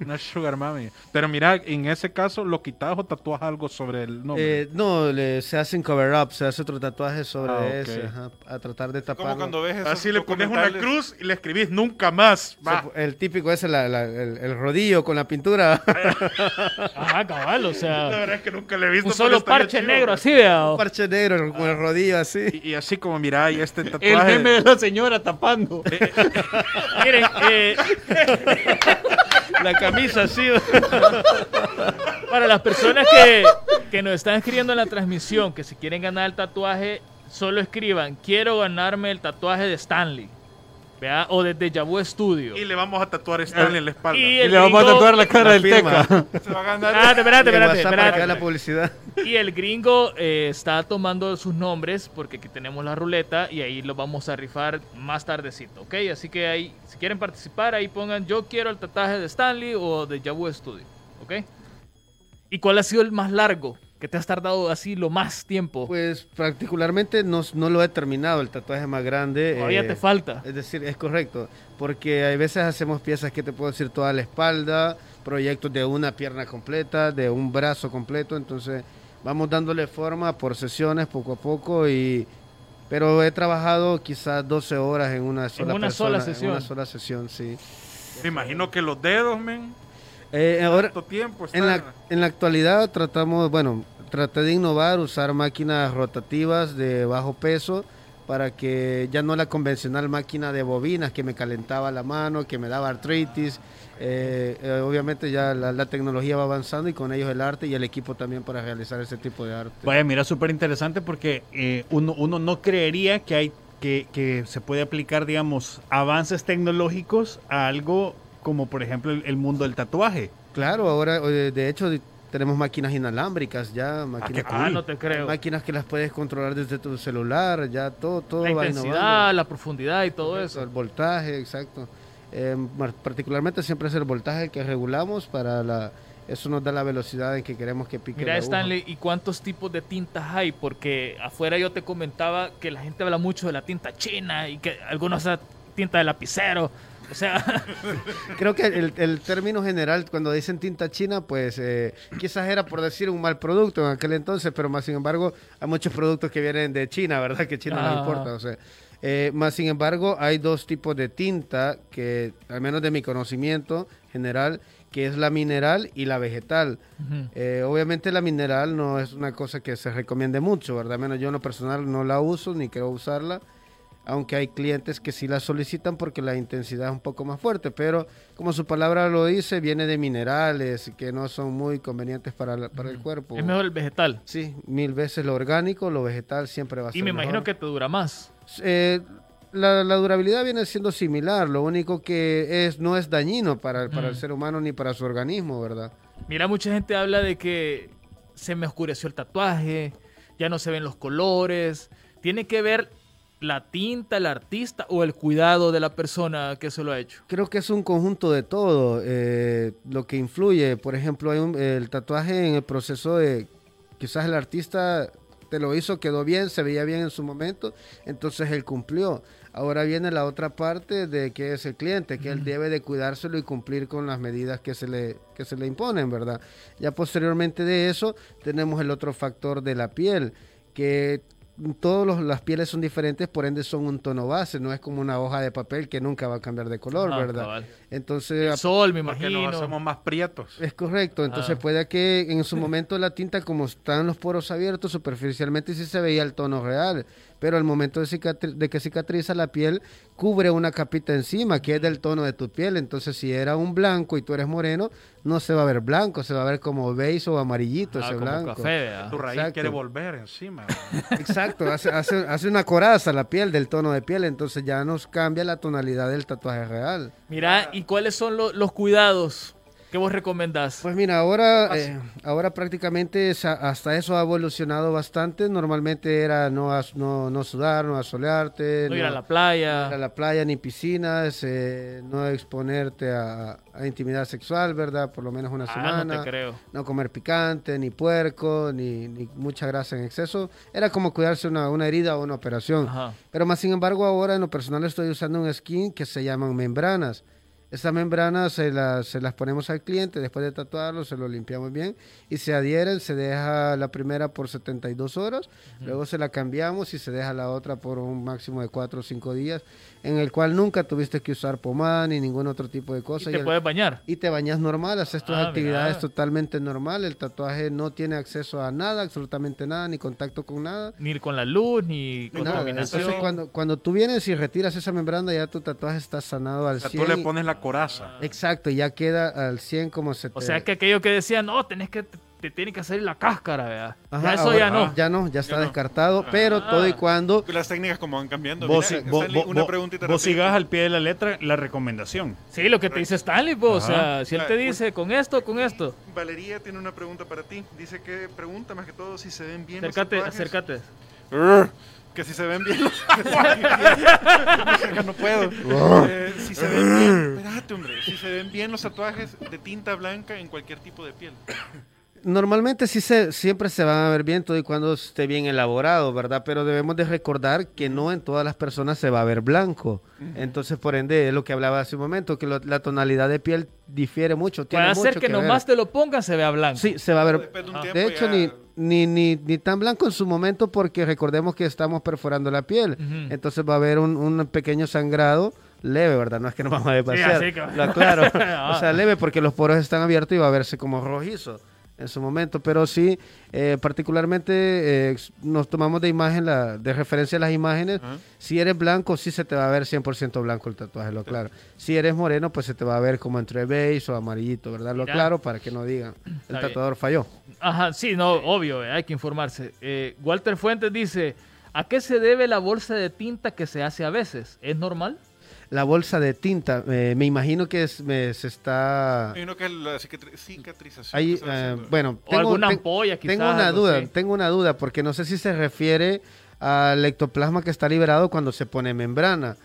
Speaker 3: Una sugar mami. Pero mira, en ese caso, ¿lo quitabas o tatuas algo sobre el nombre?
Speaker 8: Eh, no, le- se hacen cover up, se hace otro tatuaje sobre
Speaker 3: Ah, ok.
Speaker 8: ese, ajá, a tratar de
Speaker 2: Como cuando
Speaker 8: taparlo.
Speaker 2: ves esos
Speaker 3: Así le pones una
Speaker 2: documentales-
Speaker 3: cruz y le escribís nunca más. Va.
Speaker 8: Se- El típico ese, la- la- el, el rodillo con la pintura. (laughs)
Speaker 5: Ajá, cabal, o
Speaker 3: La
Speaker 5: sea,
Speaker 3: verdad es que nunca le he visto.
Speaker 5: un
Speaker 3: pero
Speaker 5: solo
Speaker 3: estaría
Speaker 5: parche
Speaker 3: chido,
Speaker 5: negro,
Speaker 3: güey.
Speaker 5: así vea.
Speaker 8: Un parche negro con el rodillo así.
Speaker 3: Y, y así como mirá, y este tatuaje.
Speaker 7: El meme de la señora tapando.
Speaker 5: (laughs) Miren,
Speaker 3: (laughs)
Speaker 5: eh,
Speaker 9: La camisa, sí.
Speaker 5: (laughs) para las personas que, que nos están escribiendo en la transmisión, que si quieren ganar el tatuaje, solo escriban, quiero ganarme el tatuaje de Stanley. ¿Vea? O de Deja Vu Studio.
Speaker 3: Y le vamos a tatuar a Stanley en la espalda.
Speaker 5: Y
Speaker 7: Y
Speaker 5: el
Speaker 7: le vamos a
Speaker 5: gringo- Ah,
Speaker 7: tatuar la cara
Speaker 8: La
Speaker 7: del
Speaker 8: firma. (laughs)
Speaker 7: teca.
Speaker 2: Se va a ganar.
Speaker 5: Espérate, espérate,
Speaker 8: Y
Speaker 5: espérate,
Speaker 8: en WhatsApp para que haga
Speaker 5: espérate.
Speaker 8: la publicidad.
Speaker 5: Y el gringo eh, está tomando sus nombres porque aquí tenemos la ruleta y ahí lo vamos a rifar más tardecito, ¿ok? Así que ahí, si quieren participar, ahí pongan yo quiero el tatuaje de Stanley o de Yahoo Studio, ¿ok? ¿Y cuál ha sido el más largo? Que te has tardado así lo más tiempo.
Speaker 8: Pues particularmente no, no lo he terminado, el tatuaje más grande.
Speaker 5: Todavía
Speaker 8: eh,
Speaker 5: te falta.
Speaker 8: Es decir, es correcto, porque hay veces hacemos piezas que te puedo decir toda la espalda, proyectos de una pierna completa, de un brazo completo, entonces vamos dándole forma por sesiones poco a poco y pero he trabajado quizás 12 horas en una sola
Speaker 5: una
Speaker 8: persona,
Speaker 5: sola
Speaker 8: en
Speaker 5: sesión.
Speaker 8: una sola sesión, sí.
Speaker 3: Me imagino que los dedos, men.
Speaker 8: Eh, ahora
Speaker 3: ¿Cuánto tiempo está?
Speaker 8: en la, en la actualidad tratamos, bueno, traté de innovar, usar máquinas rotativas de bajo peso para que ya no la convencional máquina de bobinas que me calentaba la mano, que me daba artritis. Eh, eh, obviamente ya la, la tecnología va avanzando y con ellos el arte y el equipo también para realizar ese tipo de arte.
Speaker 7: Vaya, mira, súper interesante porque eh, uno, uno no creería que, hay, que, que se puede aplicar, digamos, avances tecnológicos a algo como, por ejemplo, el, el mundo del tatuaje.
Speaker 8: Claro, ahora eh, de hecho tenemos máquinas inalámbricas ya, máquinas,
Speaker 5: Ah, no te creo.
Speaker 8: máquinas que las puedes controlar desde tu celular, ya todo, todo
Speaker 5: La
Speaker 8: va
Speaker 5: intensidad,
Speaker 8: innovando.
Speaker 5: la profundidad y todo
Speaker 8: Correcto,
Speaker 5: eso.
Speaker 8: El voltaje, exacto. Eh, mar- particularmente siempre es el voltaje que regulamos para la... Eso nos da la velocidad en que queremos que pique
Speaker 5: Mira,
Speaker 8: la aguja.
Speaker 5: Stanley, ¿y cuántos tipos de tintas hay? Porque afuera yo te comentaba que la gente habla mucho de la tinta china y que algunos usan tinta de lapicero. O
Speaker 8: (laughs)
Speaker 5: sea,
Speaker 8: Creo que el, el término general, cuando dicen tinta china, pues eh, quizás era por decir un mal producto en aquel entonces, pero más sin embargo hay muchos productos que vienen de China, ¿verdad? Que China
Speaker 5: Ah.
Speaker 8: no importa. O sea, eh, más sin embargo hay dos tipos de tinta que, al menos de mi conocimiento general, que es la mineral y la vegetal. Eh, obviamente la mineral no es una cosa que se recomiende mucho, ¿verdad? Menos yo en lo personal no la uso ni quiero usarla. aunque hay clientes que sí la solicitan porque la intensidad es un poco más fuerte, pero como su palabra lo dice, viene de minerales que no son muy convenientes para, la- para el
Speaker 5: (laughs)
Speaker 8: cuerpo.
Speaker 5: Es mejor el vegetal.
Speaker 8: Sí, mil veces lo orgánico, lo vegetal siempre va a ser
Speaker 5: Y me imagino
Speaker 8: mejor.
Speaker 5: que te dura más.
Speaker 8: Eh, la, la durabilidad viene siendo similar, lo único que es no es dañino para, para el ser humano ni para su organismo, ¿verdad?
Speaker 5: Mira, mucha gente habla de que se me oscureció el tatuaje, ya no se ven los colores. Tiene que ver la tinta, el artista o el cuidado de la persona que se lo ha hecho.
Speaker 8: Creo que es un conjunto de todo eh, lo que influye. Por ejemplo, hay un- el tatuaje en el proceso de quizás el artista te lo hizo, quedó bien, se veía bien en su momento, entonces él cumplió. Ahora viene la otra parte de que es el cliente, que él debe de cuidárselo y cumplir con las medidas que se le, que se le imponen, ¿verdad? Ya posteriormente de eso tenemos el otro factor de la piel, que todas las pieles son diferentes, por ende son un tono base, no es como una hoja de papel que nunca va a cambiar de color,
Speaker 5: Ah,
Speaker 8: ¿verdad?
Speaker 5: cabal.
Speaker 8: Entonces,
Speaker 5: El sol, me
Speaker 3: Porque nos
Speaker 5: imagino.
Speaker 3: hacemos más prietos.
Speaker 8: es correcto, entonces
Speaker 5: Ah.
Speaker 8: puede que en su momento la tinta, como están los poros abiertos, superficialmente sí se veía el tono real, pero al momento de, cicatri- de que cicatriza la piel, cubre una capita encima que es
Speaker 5: Mm.
Speaker 8: del tono de tu piel, entonces si era un blanco y tú eres moreno, no se va a ver blanco, se va a ver como beige o amarillito
Speaker 5: Ah,
Speaker 8: ese
Speaker 5: como
Speaker 8: blanco.
Speaker 5: café, ¿verdad?
Speaker 3: Tu raíz
Speaker 8: Exacto.
Speaker 3: quiere volver encima.
Speaker 8: (laughs) Exacto, hace, hace- hace una coraza la piel del tono de piel, entonces ya nos cambia la tonalidad del tatuaje real.
Speaker 5: Mira, ¿y cuáles son lo- los cuidados que vos recomendás?
Speaker 8: Pues mira, ahora, eh, ahora prácticamente es- hasta eso ha evolucionado bastante. Normalmente era no, as- no, no sudar, no asolearte,
Speaker 5: no ir a
Speaker 8: no
Speaker 5: la
Speaker 8: ir a
Speaker 5: playa.
Speaker 8: la playa ni piscinas, eh, no exponerte a, a intimidad sexual, ¿verdad? Por lo menos una
Speaker 5: Ah,
Speaker 8: semana.
Speaker 5: no te creo.
Speaker 8: No comer picante, ni puerco, ni, ni mucha grasa en exceso. Era como cuidarse una, una herida o una operación.
Speaker 5: Ajá.
Speaker 8: Pero más sin embargo, ahora en lo personal estoy usando un skin que se llaman membranas. Estas membranas se las, se las ponemos al cliente después de tatuarlo, se lo limpiamos bien y se adhieren, se deja la primera por 72 horas, luego se la cambiamos y se deja la otra por un máximo de 4 o 5 días, en el cual nunca tuviste que usar pomada ni ningún otro tipo de
Speaker 5: Y
Speaker 8: cosa.
Speaker 5: te
Speaker 8: el-
Speaker 5: puedes bañar.
Speaker 8: y te bañas normal, haces tus
Speaker 5: Ah,
Speaker 8: actividades
Speaker 5: mira.
Speaker 8: totalmente normal, el tatuaje no tiene acceso a nada, absolutamente nada, ni contacto con nada.
Speaker 5: Ni con la luz, ni con
Speaker 8: Nada,
Speaker 5: combinación.
Speaker 8: Entonces, cuando, cuando tú vienes y retiras esa membrana, ya tu tatuaje está sanado al
Speaker 3: O sea,
Speaker 8: 100.
Speaker 3: tú le pones la coraza.
Speaker 8: Exacto, ya queda al 100 como se
Speaker 5: O
Speaker 8: te-
Speaker 5: sea que aquello que decían, no, tenés que, te, te tiene que salir la cáscara, ¿verdad?
Speaker 8: Ajá,
Speaker 5: ya eso
Speaker 8: ahora- ah,
Speaker 5: ya no. Ah.
Speaker 8: Ya no, ya está
Speaker 2: no.
Speaker 8: descartado, pero todo y cuando...
Speaker 2: Las técnicas como van cambiando.
Speaker 7: Vos,
Speaker 2: Mira,
Speaker 7: vos-
Speaker 2: Stanley,
Speaker 7: vos-
Speaker 2: una
Speaker 7: vos-
Speaker 2: preguntita
Speaker 7: vos
Speaker 2: rapidito.
Speaker 7: sigas al pie de la letra la recomendación.
Speaker 5: Sí, lo que te dice Stanley, pues, o sea, si él te
Speaker 2: Ah, un-
Speaker 5: dice con esto, con esto,
Speaker 2: Valeria tiene una pregunta para ti. Dice que pregunta más que todo si se ven bien
Speaker 5: acércate,
Speaker 2: los tatuajes.
Speaker 5: acércate.
Speaker 2: Urgh, Que si se ven bien
Speaker 5: (laughs)
Speaker 2: los tatuajes. no puedo. Eh, si se ven bien, espérate, hombre. Si se ven bien los tatuajes de tinta blanca en cualquier tipo de piel.
Speaker 8: Normalmente sí se, siempre se van a ver bien todo y cuando esté bien elaborado, ¿verdad? Pero debemos de recordar que no en todas las personas se va a ver blanco. Entonces, por ende, es lo que hablaba hace un momento, que lo- la tonalidad de piel difiere mucho. Tiene
Speaker 5: Puede
Speaker 8: mucho
Speaker 5: hacer que,
Speaker 8: que ver.
Speaker 5: nomás te lo pongan se vea blanco.
Speaker 8: Sí, se va a ver.
Speaker 2: Después de un
Speaker 8: ah,
Speaker 5: Ah.
Speaker 8: de
Speaker 2: tiempo
Speaker 8: hecho,
Speaker 2: ya-
Speaker 8: ni, ni, ni, ni tan blanco en su momento porque recordemos que estamos perforando la piel.
Speaker 5: Ujú.
Speaker 8: Entonces va a haber un, un pequeño sangrado leve, ¿verdad? No es que nos vamos a desvaciar.
Speaker 5: así que-
Speaker 8: Lo
Speaker 5: (laughs)
Speaker 8: aclaro. o sea, leve porque los poros están abiertos y va a verse como rojizo en su momento. Pero sí, eh, particularmente eh, ex- nos tomamos de imagen, la, de referencia a las imágenes. Si eres blanco, sí se te va a ver 100% blanco el tatuaje, lo claro. Si eres moreno, pues se te va a ver como entre beige o amarillito, ¿verdad? Lo
Speaker 5: Mira.
Speaker 8: claro para que no digan. El
Speaker 5: bien.
Speaker 8: tatuador falló.
Speaker 5: Ajá, sí, no, obvio, ¿verdad? hay que informarse. Eh, Walter Fuentes dice, ¿a qué se debe la bolsa de tinta que se hace a veces? ¿Es normal?
Speaker 8: La bolsa de tinta, eh, me imagino que es- me- se está...
Speaker 2: Hay uno que es la cicatri- cicatrización.
Speaker 8: Ahí,
Speaker 2: que se va
Speaker 8: eh,
Speaker 2: haciendo.
Speaker 8: bueno,
Speaker 5: O alguna
Speaker 8: te-
Speaker 5: ampolla, quizás,
Speaker 8: tengo una
Speaker 5: algo
Speaker 8: duda,
Speaker 5: así.
Speaker 8: tengo una duda, porque no sé si se refiere al ectoplasma que está liberado cuando se pone membrana.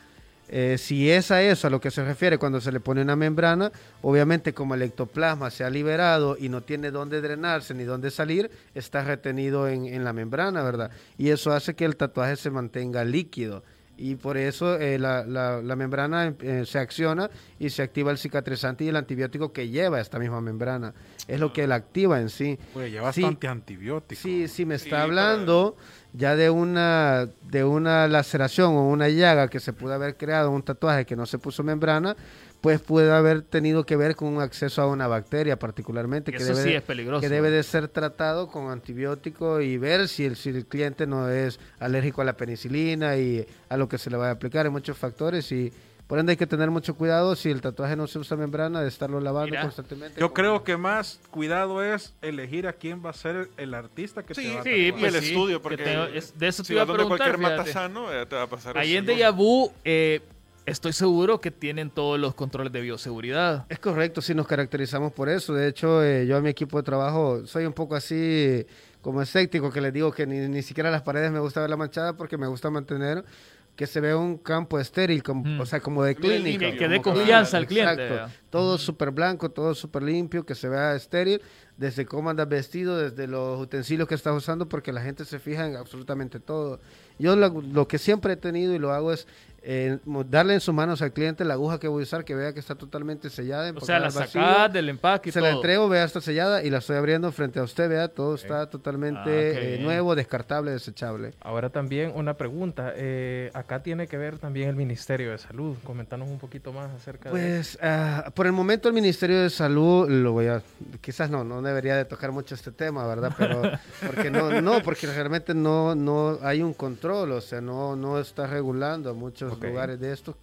Speaker 8: Eh, si es a eso a lo que se refiere cuando se le pone una membrana, obviamente como el ectoplasma se ha liberado y no tiene dónde drenarse ni dónde salir, está retenido en, en la membrana, ¿verdad? Y eso hace que el tatuaje se mantenga líquido. Y por eso eh, la, la- la membrana eh, se acciona y se activa el cicatrizante y el antibiótico que lleva esta misma membrana. Es lo que la activa en sí.
Speaker 3: Güey, lleva
Speaker 8: Sí.
Speaker 3: bastante antibiótico.
Speaker 8: Sí, sí, me está
Speaker 2: Sí,
Speaker 8: hablando ya de una, de una laceración o una llaga que se pudo haber creado, un tatuaje que no se puso membrana, pues puede haber tenido que ver con un acceso a una bacteria particularmente que
Speaker 5: Eso
Speaker 8: debe,
Speaker 5: sí
Speaker 8: de-
Speaker 5: es peligroso.
Speaker 8: que debe de ser tratado con antibiótico y ver si el, si el cliente no es alérgico a la penicilina y a lo que se le va a aplicar, hay muchos factores y por ende hay que tener mucho cuidado si el tatuaje no se usa membrana, de estarlo lavando
Speaker 5: Mira,
Speaker 8: constantemente.
Speaker 3: Yo creo que más cuidado es elegir a quién va a ser el artista que te
Speaker 2: Sí,
Speaker 3: va a
Speaker 2: sí,
Speaker 3: tatuar.
Speaker 2: y el
Speaker 5: pues sí,
Speaker 2: estudio,
Speaker 5: que
Speaker 2: porque
Speaker 5: tengo- es- de eso te
Speaker 2: si
Speaker 5: iba
Speaker 2: vas
Speaker 5: a
Speaker 2: donde
Speaker 5: preguntar,
Speaker 2: cualquier
Speaker 5: fíjate.
Speaker 2: matasano, eh, te va a pasar
Speaker 5: Ahí
Speaker 2: eso,
Speaker 5: en
Speaker 2: ¿no?
Speaker 5: Deja Vu, eh, estoy seguro que tienen todos los controles de bioseguridad.
Speaker 8: Es correcto, sí, nos caracterizamos por eso. De hecho, eh, yo a mi equipo de trabajo soy un poco así eh, como escéptico, que les digo que ni, ni siquiera las paredes me gusta ver la manchada porque me gusta mantener que se vea un campo estéril, como-
Speaker 5: Mm.
Speaker 8: o sea, como de
Speaker 2: Que
Speaker 8: clínica.
Speaker 2: dé
Speaker 8: como
Speaker 5: confianza al
Speaker 8: clínica,
Speaker 5: cliente,
Speaker 8: exacto.
Speaker 5: ¿verdad?
Speaker 8: Todo súper blanco, todo súper limpio, que se vea estéril, desde cómo andas vestido, desde los utensilios que estás usando, porque la gente se fija en absolutamente todo. Yo lo, lo que siempre he tenido y lo hago es eh, mo- darle en sus manos al cliente la aguja que voy a usar, que vea que está totalmente sellada.
Speaker 5: O sea,
Speaker 8: empacada
Speaker 5: la
Speaker 8: al vacío.
Speaker 5: sacada del empaque y
Speaker 8: Se
Speaker 5: todo.
Speaker 8: la entrego, vea, está sellada y la estoy abriendo frente a usted, vea, todo está totalmente
Speaker 5: Ah, qué
Speaker 8: eh,
Speaker 5: bien.
Speaker 8: nuevo, descartable, desechable.
Speaker 6: Ahora también una pregunta. eh, acá tiene que ver también el Ministerio de Salud. Comentanos un poquito más acerca de
Speaker 8: Pues ah, por el momento el Ministerio de Salud lo voy a, quizás no, no debería de tocar mucho este tema, ¿verdad?
Speaker 5: (laughs)
Speaker 8: Pero porque no, no, porque realmente no, no hay un control, o sea, no, no está regulando a muchos
Speaker 6: Ok.
Speaker 8: lugares de esto,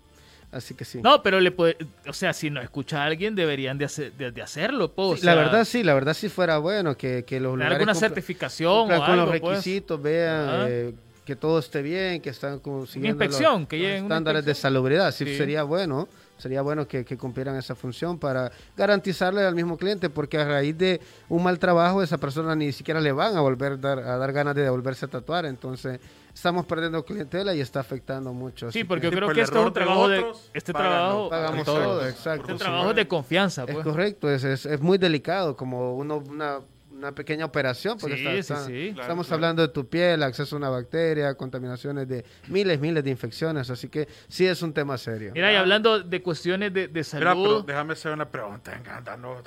Speaker 8: así que sí.
Speaker 5: No, pero le puede, o sea, si nos escucha alguien, deberían de, hacer- de- de hacerlo, po, o
Speaker 8: la
Speaker 5: sea,
Speaker 8: verdad sí, la verdad sí fuera bueno que, que los
Speaker 5: dar
Speaker 8: lugares
Speaker 5: alguna
Speaker 8: cumpla-
Speaker 5: certificación
Speaker 8: cumplan
Speaker 5: o
Speaker 8: con
Speaker 5: algo,
Speaker 8: los
Speaker 5: pues.
Speaker 8: requisitos, vean
Speaker 5: Ajá.
Speaker 8: eh, que todo esté bien, que están como siguiendo los-
Speaker 5: inspección, que
Speaker 8: los
Speaker 5: lleguen una
Speaker 8: estándares de
Speaker 5: inspección.
Speaker 8: salubridad. Sí,
Speaker 5: Sí.
Speaker 8: sería bueno, sería bueno que, que cumplieran esa función para garantizarle al mismo cliente, porque a raíz de un mal trabajo esa persona ni siquiera le van a volver dar, a dar ganas de volverse a tatuar, entonces estamos perdiendo clientela y está afectando mucho.
Speaker 5: Sí,
Speaker 8: así
Speaker 5: porque
Speaker 8: que
Speaker 5: yo
Speaker 3: Sí,
Speaker 5: creo
Speaker 3: por
Speaker 5: que
Speaker 3: el
Speaker 5: este es un
Speaker 3: error de
Speaker 5: trabajo de,
Speaker 3: otros,
Speaker 5: este
Speaker 3: pagan,
Speaker 5: trabajo,
Speaker 3: ¿no?
Speaker 8: pagamos
Speaker 6: todos.
Speaker 8: todo, exacto.
Speaker 5: este trabajo es de confianza,
Speaker 8: Es
Speaker 5: pues.
Speaker 8: correcto, es, es, es muy delicado, como uno, una, una pequeña operación. Porque
Speaker 5: Sí,
Speaker 8: está-
Speaker 5: sí,
Speaker 8: está-
Speaker 5: sí.
Speaker 2: Claro,
Speaker 8: Estamos
Speaker 2: claro.
Speaker 8: hablando de tu piel, acceso a una bacteria, contaminaciones de miles, miles de infecciones. Así que sí es un tema serio.
Speaker 5: Mira, y hablando de cuestiones de, de
Speaker 3: Mira, pero
Speaker 5: salud,
Speaker 3: déjame hacer una pregunta. Encanta, no, no,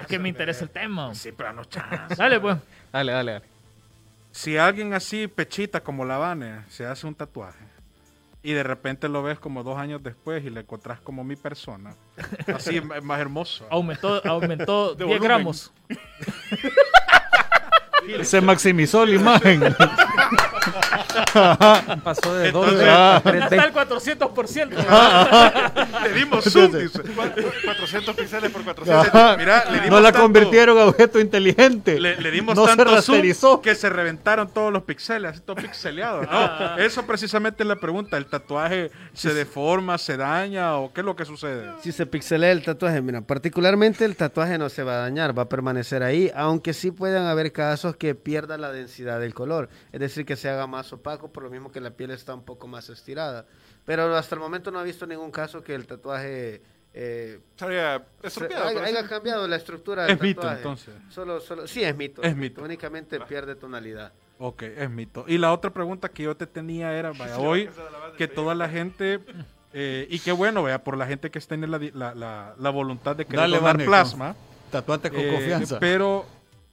Speaker 5: es que me interesa el tema.
Speaker 3: Sí, pero no chance.
Speaker 5: Dale, pues.
Speaker 6: Dale, dale, dale.
Speaker 3: Si alguien así, pechita como la Vane, se hace un tatuaje y de repente lo ves como dos años después y le encontrás como mi persona, así
Speaker 5: (laughs)
Speaker 3: m- más hermoso.
Speaker 5: Aumentó, aumentó 10
Speaker 2: volumen.
Speaker 5: gramos.
Speaker 7: Se maximizó la imagen.
Speaker 6: Pasó de
Speaker 3: Entonces,
Speaker 6: doble a
Speaker 5: Ya está
Speaker 6: tres
Speaker 5: el 400%. ¿verdad?
Speaker 3: Le
Speaker 5: (laughs)
Speaker 3: dimos zoom, dice.
Speaker 2: (laughs) Cuatro- 400 píxeles por 400.
Speaker 3: Mira, le dimos
Speaker 7: No la
Speaker 3: tanto-
Speaker 7: convirtieron a objeto inteligente.
Speaker 3: Le, le dimos
Speaker 7: no se
Speaker 3: tanto zoom
Speaker 7: rasterizó.
Speaker 3: que se reventaron todos los píxeles, así todo pixeleado. No, eso precisamente es la pregunta. ¿El tatuaje se deforma, se daña o qué es lo que sucede?
Speaker 8: Si se pixelea el tatuaje, mira, particularmente el tatuaje no se va a dañar, va a permanecer ahí, aunque sí puedan haber casos que pierda la densidad del color, es decir, que se haga más opaco, por lo mismo que la piel está un poco más estirada. Pero hasta el momento no he visto ningún caso que el tatuaje eh,
Speaker 2: Estaría
Speaker 8: se-
Speaker 2: estropeado,
Speaker 8: haya,
Speaker 2: por
Speaker 8: haya
Speaker 2: decir.
Speaker 8: cambiado la estructura del
Speaker 3: Es mito,
Speaker 8: tatuaje.
Speaker 3: entonces.
Speaker 8: Solo, solo, sí, es mito.
Speaker 3: Es mito.
Speaker 8: Únicamente pierde tonalidad.
Speaker 3: Ok, es mito. Y la otra pregunta que yo te tenía era, vaya, hoy que toda la gente, eh, y qué bueno, vea, por la gente que está en la, la, la- la voluntad de querer
Speaker 9: Dale,
Speaker 3: donar
Speaker 9: Vane,
Speaker 3: plasma.
Speaker 8: (laughs)
Speaker 9: Tatuate con
Speaker 3: eh,
Speaker 9: confianza.
Speaker 3: Pero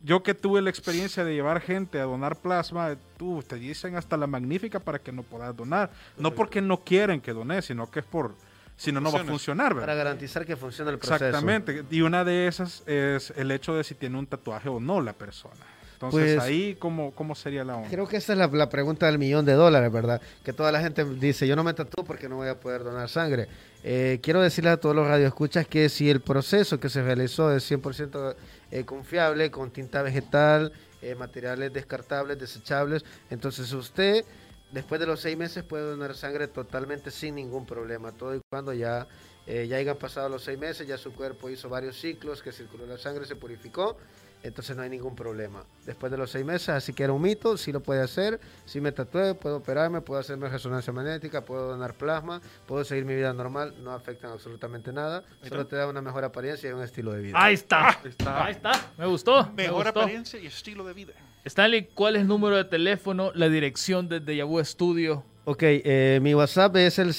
Speaker 3: yo que tuve la experiencia de llevar gente a donar plasma, eh, tú, te dicen hasta la magnífica para que no puedas donar. No porque no quieren que dones, sino que es por, si no, no va a
Speaker 2: Funciona.
Speaker 3: funcionar, ¿verdad?
Speaker 8: Para garantizar que funcione el proceso.
Speaker 3: Exactamente. Y una de esas es el hecho de si tiene un tatuaje o no la persona. Entonces
Speaker 8: Pues-
Speaker 3: ahí, ¿cómo, ¿cómo sería la onda?
Speaker 8: Creo que esa es la, la pregunta del millón de dólares, ¿verdad? Que toda la gente dice, yo no me tatúo porque no voy a poder donar sangre. Eh, quiero decirles a todos los radioescuchas que si el proceso que se realizó es 100% eh, confiable, con tinta vegetal, eh, materiales descartables, desechables, entonces usted después de los seis meses puede donar sangre totalmente sin ningún problema, todo y cuando ya, eh, ya hayan pasado los seis meses, ya su cuerpo hizo varios ciclos, que circuló la sangre, se purificó, entonces no hay ningún problema. Después de los seis meses, así que era un mito, sí lo puede hacer, sí me tatué, puedo operarme, puedo hacerme resonancia magnética, puedo donar plasma, puedo seguir mi vida normal, no afectan absolutamente nada, solo te da una mejor apariencia y un estilo de vida.
Speaker 5: Ahí está. Ahí está. Me gustó. me
Speaker 2: Mejor
Speaker 5: gustó.
Speaker 2: apariencia y estilo de vida.
Speaker 5: Stanley, ¿cuál es el número de teléfono, la dirección de Deja Vu Studio?
Speaker 8: Ok, eh, mi WhatsApp es el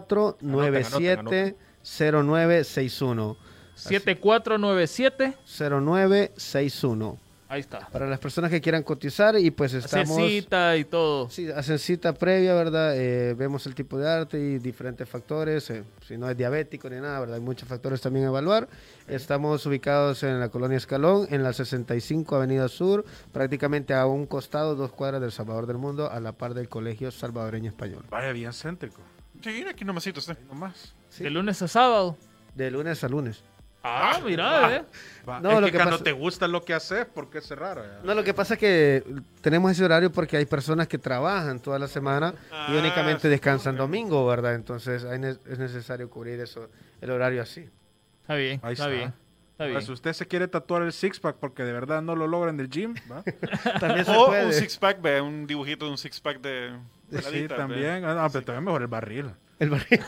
Speaker 8: 74970961.
Speaker 5: 7497.
Speaker 8: 0961.
Speaker 5: Ahí está.
Speaker 8: Para las personas que quieran cotizar y pues
Speaker 5: Hacer
Speaker 8: estamos...
Speaker 5: cita y todo.
Speaker 8: Sí, hacen cita previa, ¿verdad? Eh, vemos el tipo de arte y diferentes factores, eh, si no es diabético ni nada, ¿verdad? Hay muchos factores también a evaluar. Estamos ubicados en la colonia Escalón, en la 65 Avenida Sur, prácticamente a un costado, dos cuadras del Salvador del Mundo, a la par del Colegio Salvadoreño Español.
Speaker 3: Vaya, bien céntrico.
Speaker 2: Sí, aquí no me cito usted.
Speaker 3: Nomás.
Speaker 8: Sí,
Speaker 5: De lunes a sábado.
Speaker 8: de lunes a lunes.
Speaker 5: Ah, mira, eh.
Speaker 3: Va,
Speaker 8: No,
Speaker 3: es
Speaker 8: lo
Speaker 3: que,
Speaker 8: que
Speaker 3: cuando
Speaker 8: pasa-
Speaker 3: te gusta lo que haces, ¿por qué cerrar? eh?
Speaker 8: No, lo que pasa es que tenemos ese horario porque hay personas que trabajan toda la semana y
Speaker 2: Ah,
Speaker 8: únicamente
Speaker 2: sí,
Speaker 8: descansan
Speaker 2: ok.
Speaker 8: domingo, ¿verdad? Entonces hay ne- es necesario cubrir eso, el horario así.
Speaker 5: Está bien,
Speaker 3: Ahí
Speaker 5: está
Speaker 3: está.
Speaker 5: bien. Está
Speaker 3: Ahora,
Speaker 5: bien.
Speaker 3: Pues, si usted se quiere tatuar el six-pack porque de verdad no lo logra en el gym,
Speaker 8: (laughs)
Speaker 3: ¿va?
Speaker 8: También se
Speaker 2: O
Speaker 8: puede.
Speaker 2: un six pack, ve, un dibujito de un six pack de. de
Speaker 3: sí,
Speaker 2: ladita, ve.
Speaker 3: también. Ah, no, pero todavía mejor el barril.
Speaker 8: El barril.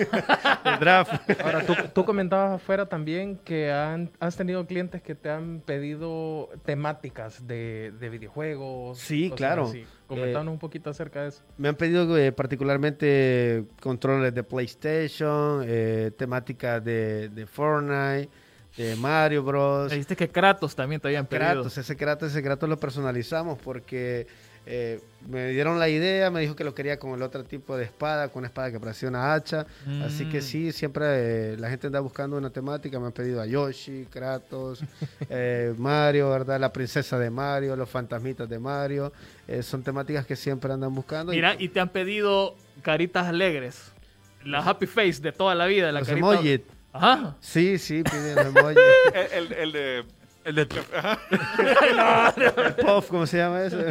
Speaker 7: (laughs)
Speaker 8: el draft.
Speaker 7: Eh,
Speaker 6: Ahora, tú, tú comentabas afuera también que han, has tenido clientes que te han pedido temáticas de, de videojuegos.
Speaker 8: Sí,
Speaker 6: cosas
Speaker 8: claro.
Speaker 6: así. Comentanos un poquito acerca de eso.
Speaker 8: Me han pedido eh, particularmente controles de PlayStation, eh, temáticas de, de Fortnite, de Mario Bros.
Speaker 5: Dijiste que Kratos también te habían pedido.
Speaker 8: Kratos, ese Kratos, ese Kratos lo personalizamos porque eh, me dieron la idea, me dijo que lo quería con el otro tipo de espada, con una espada que parecía una hacha. Así que
Speaker 5: Mm.
Speaker 8: sí, siempre eh, la gente anda buscando una temática, me han pedido a Yoshi, Kratos,
Speaker 5: (laughs)
Speaker 8: eh, Mario, ¿verdad? La princesa de Mario, los fantasmitas de Mario. Eh, son temáticas que siempre andan buscando. y-
Speaker 5: Mira, y te han pedido caritas alegres. La happy face de toda la vida. La
Speaker 8: los
Speaker 5: carita...
Speaker 8: emojis.
Speaker 5: Ajá.
Speaker 8: Sí, sí, piden
Speaker 5: (laughs)
Speaker 8: los emojis.
Speaker 2: El, el- el de.
Speaker 3: El de
Speaker 8: El puff, ¿cómo se llama eso?
Speaker 2: El,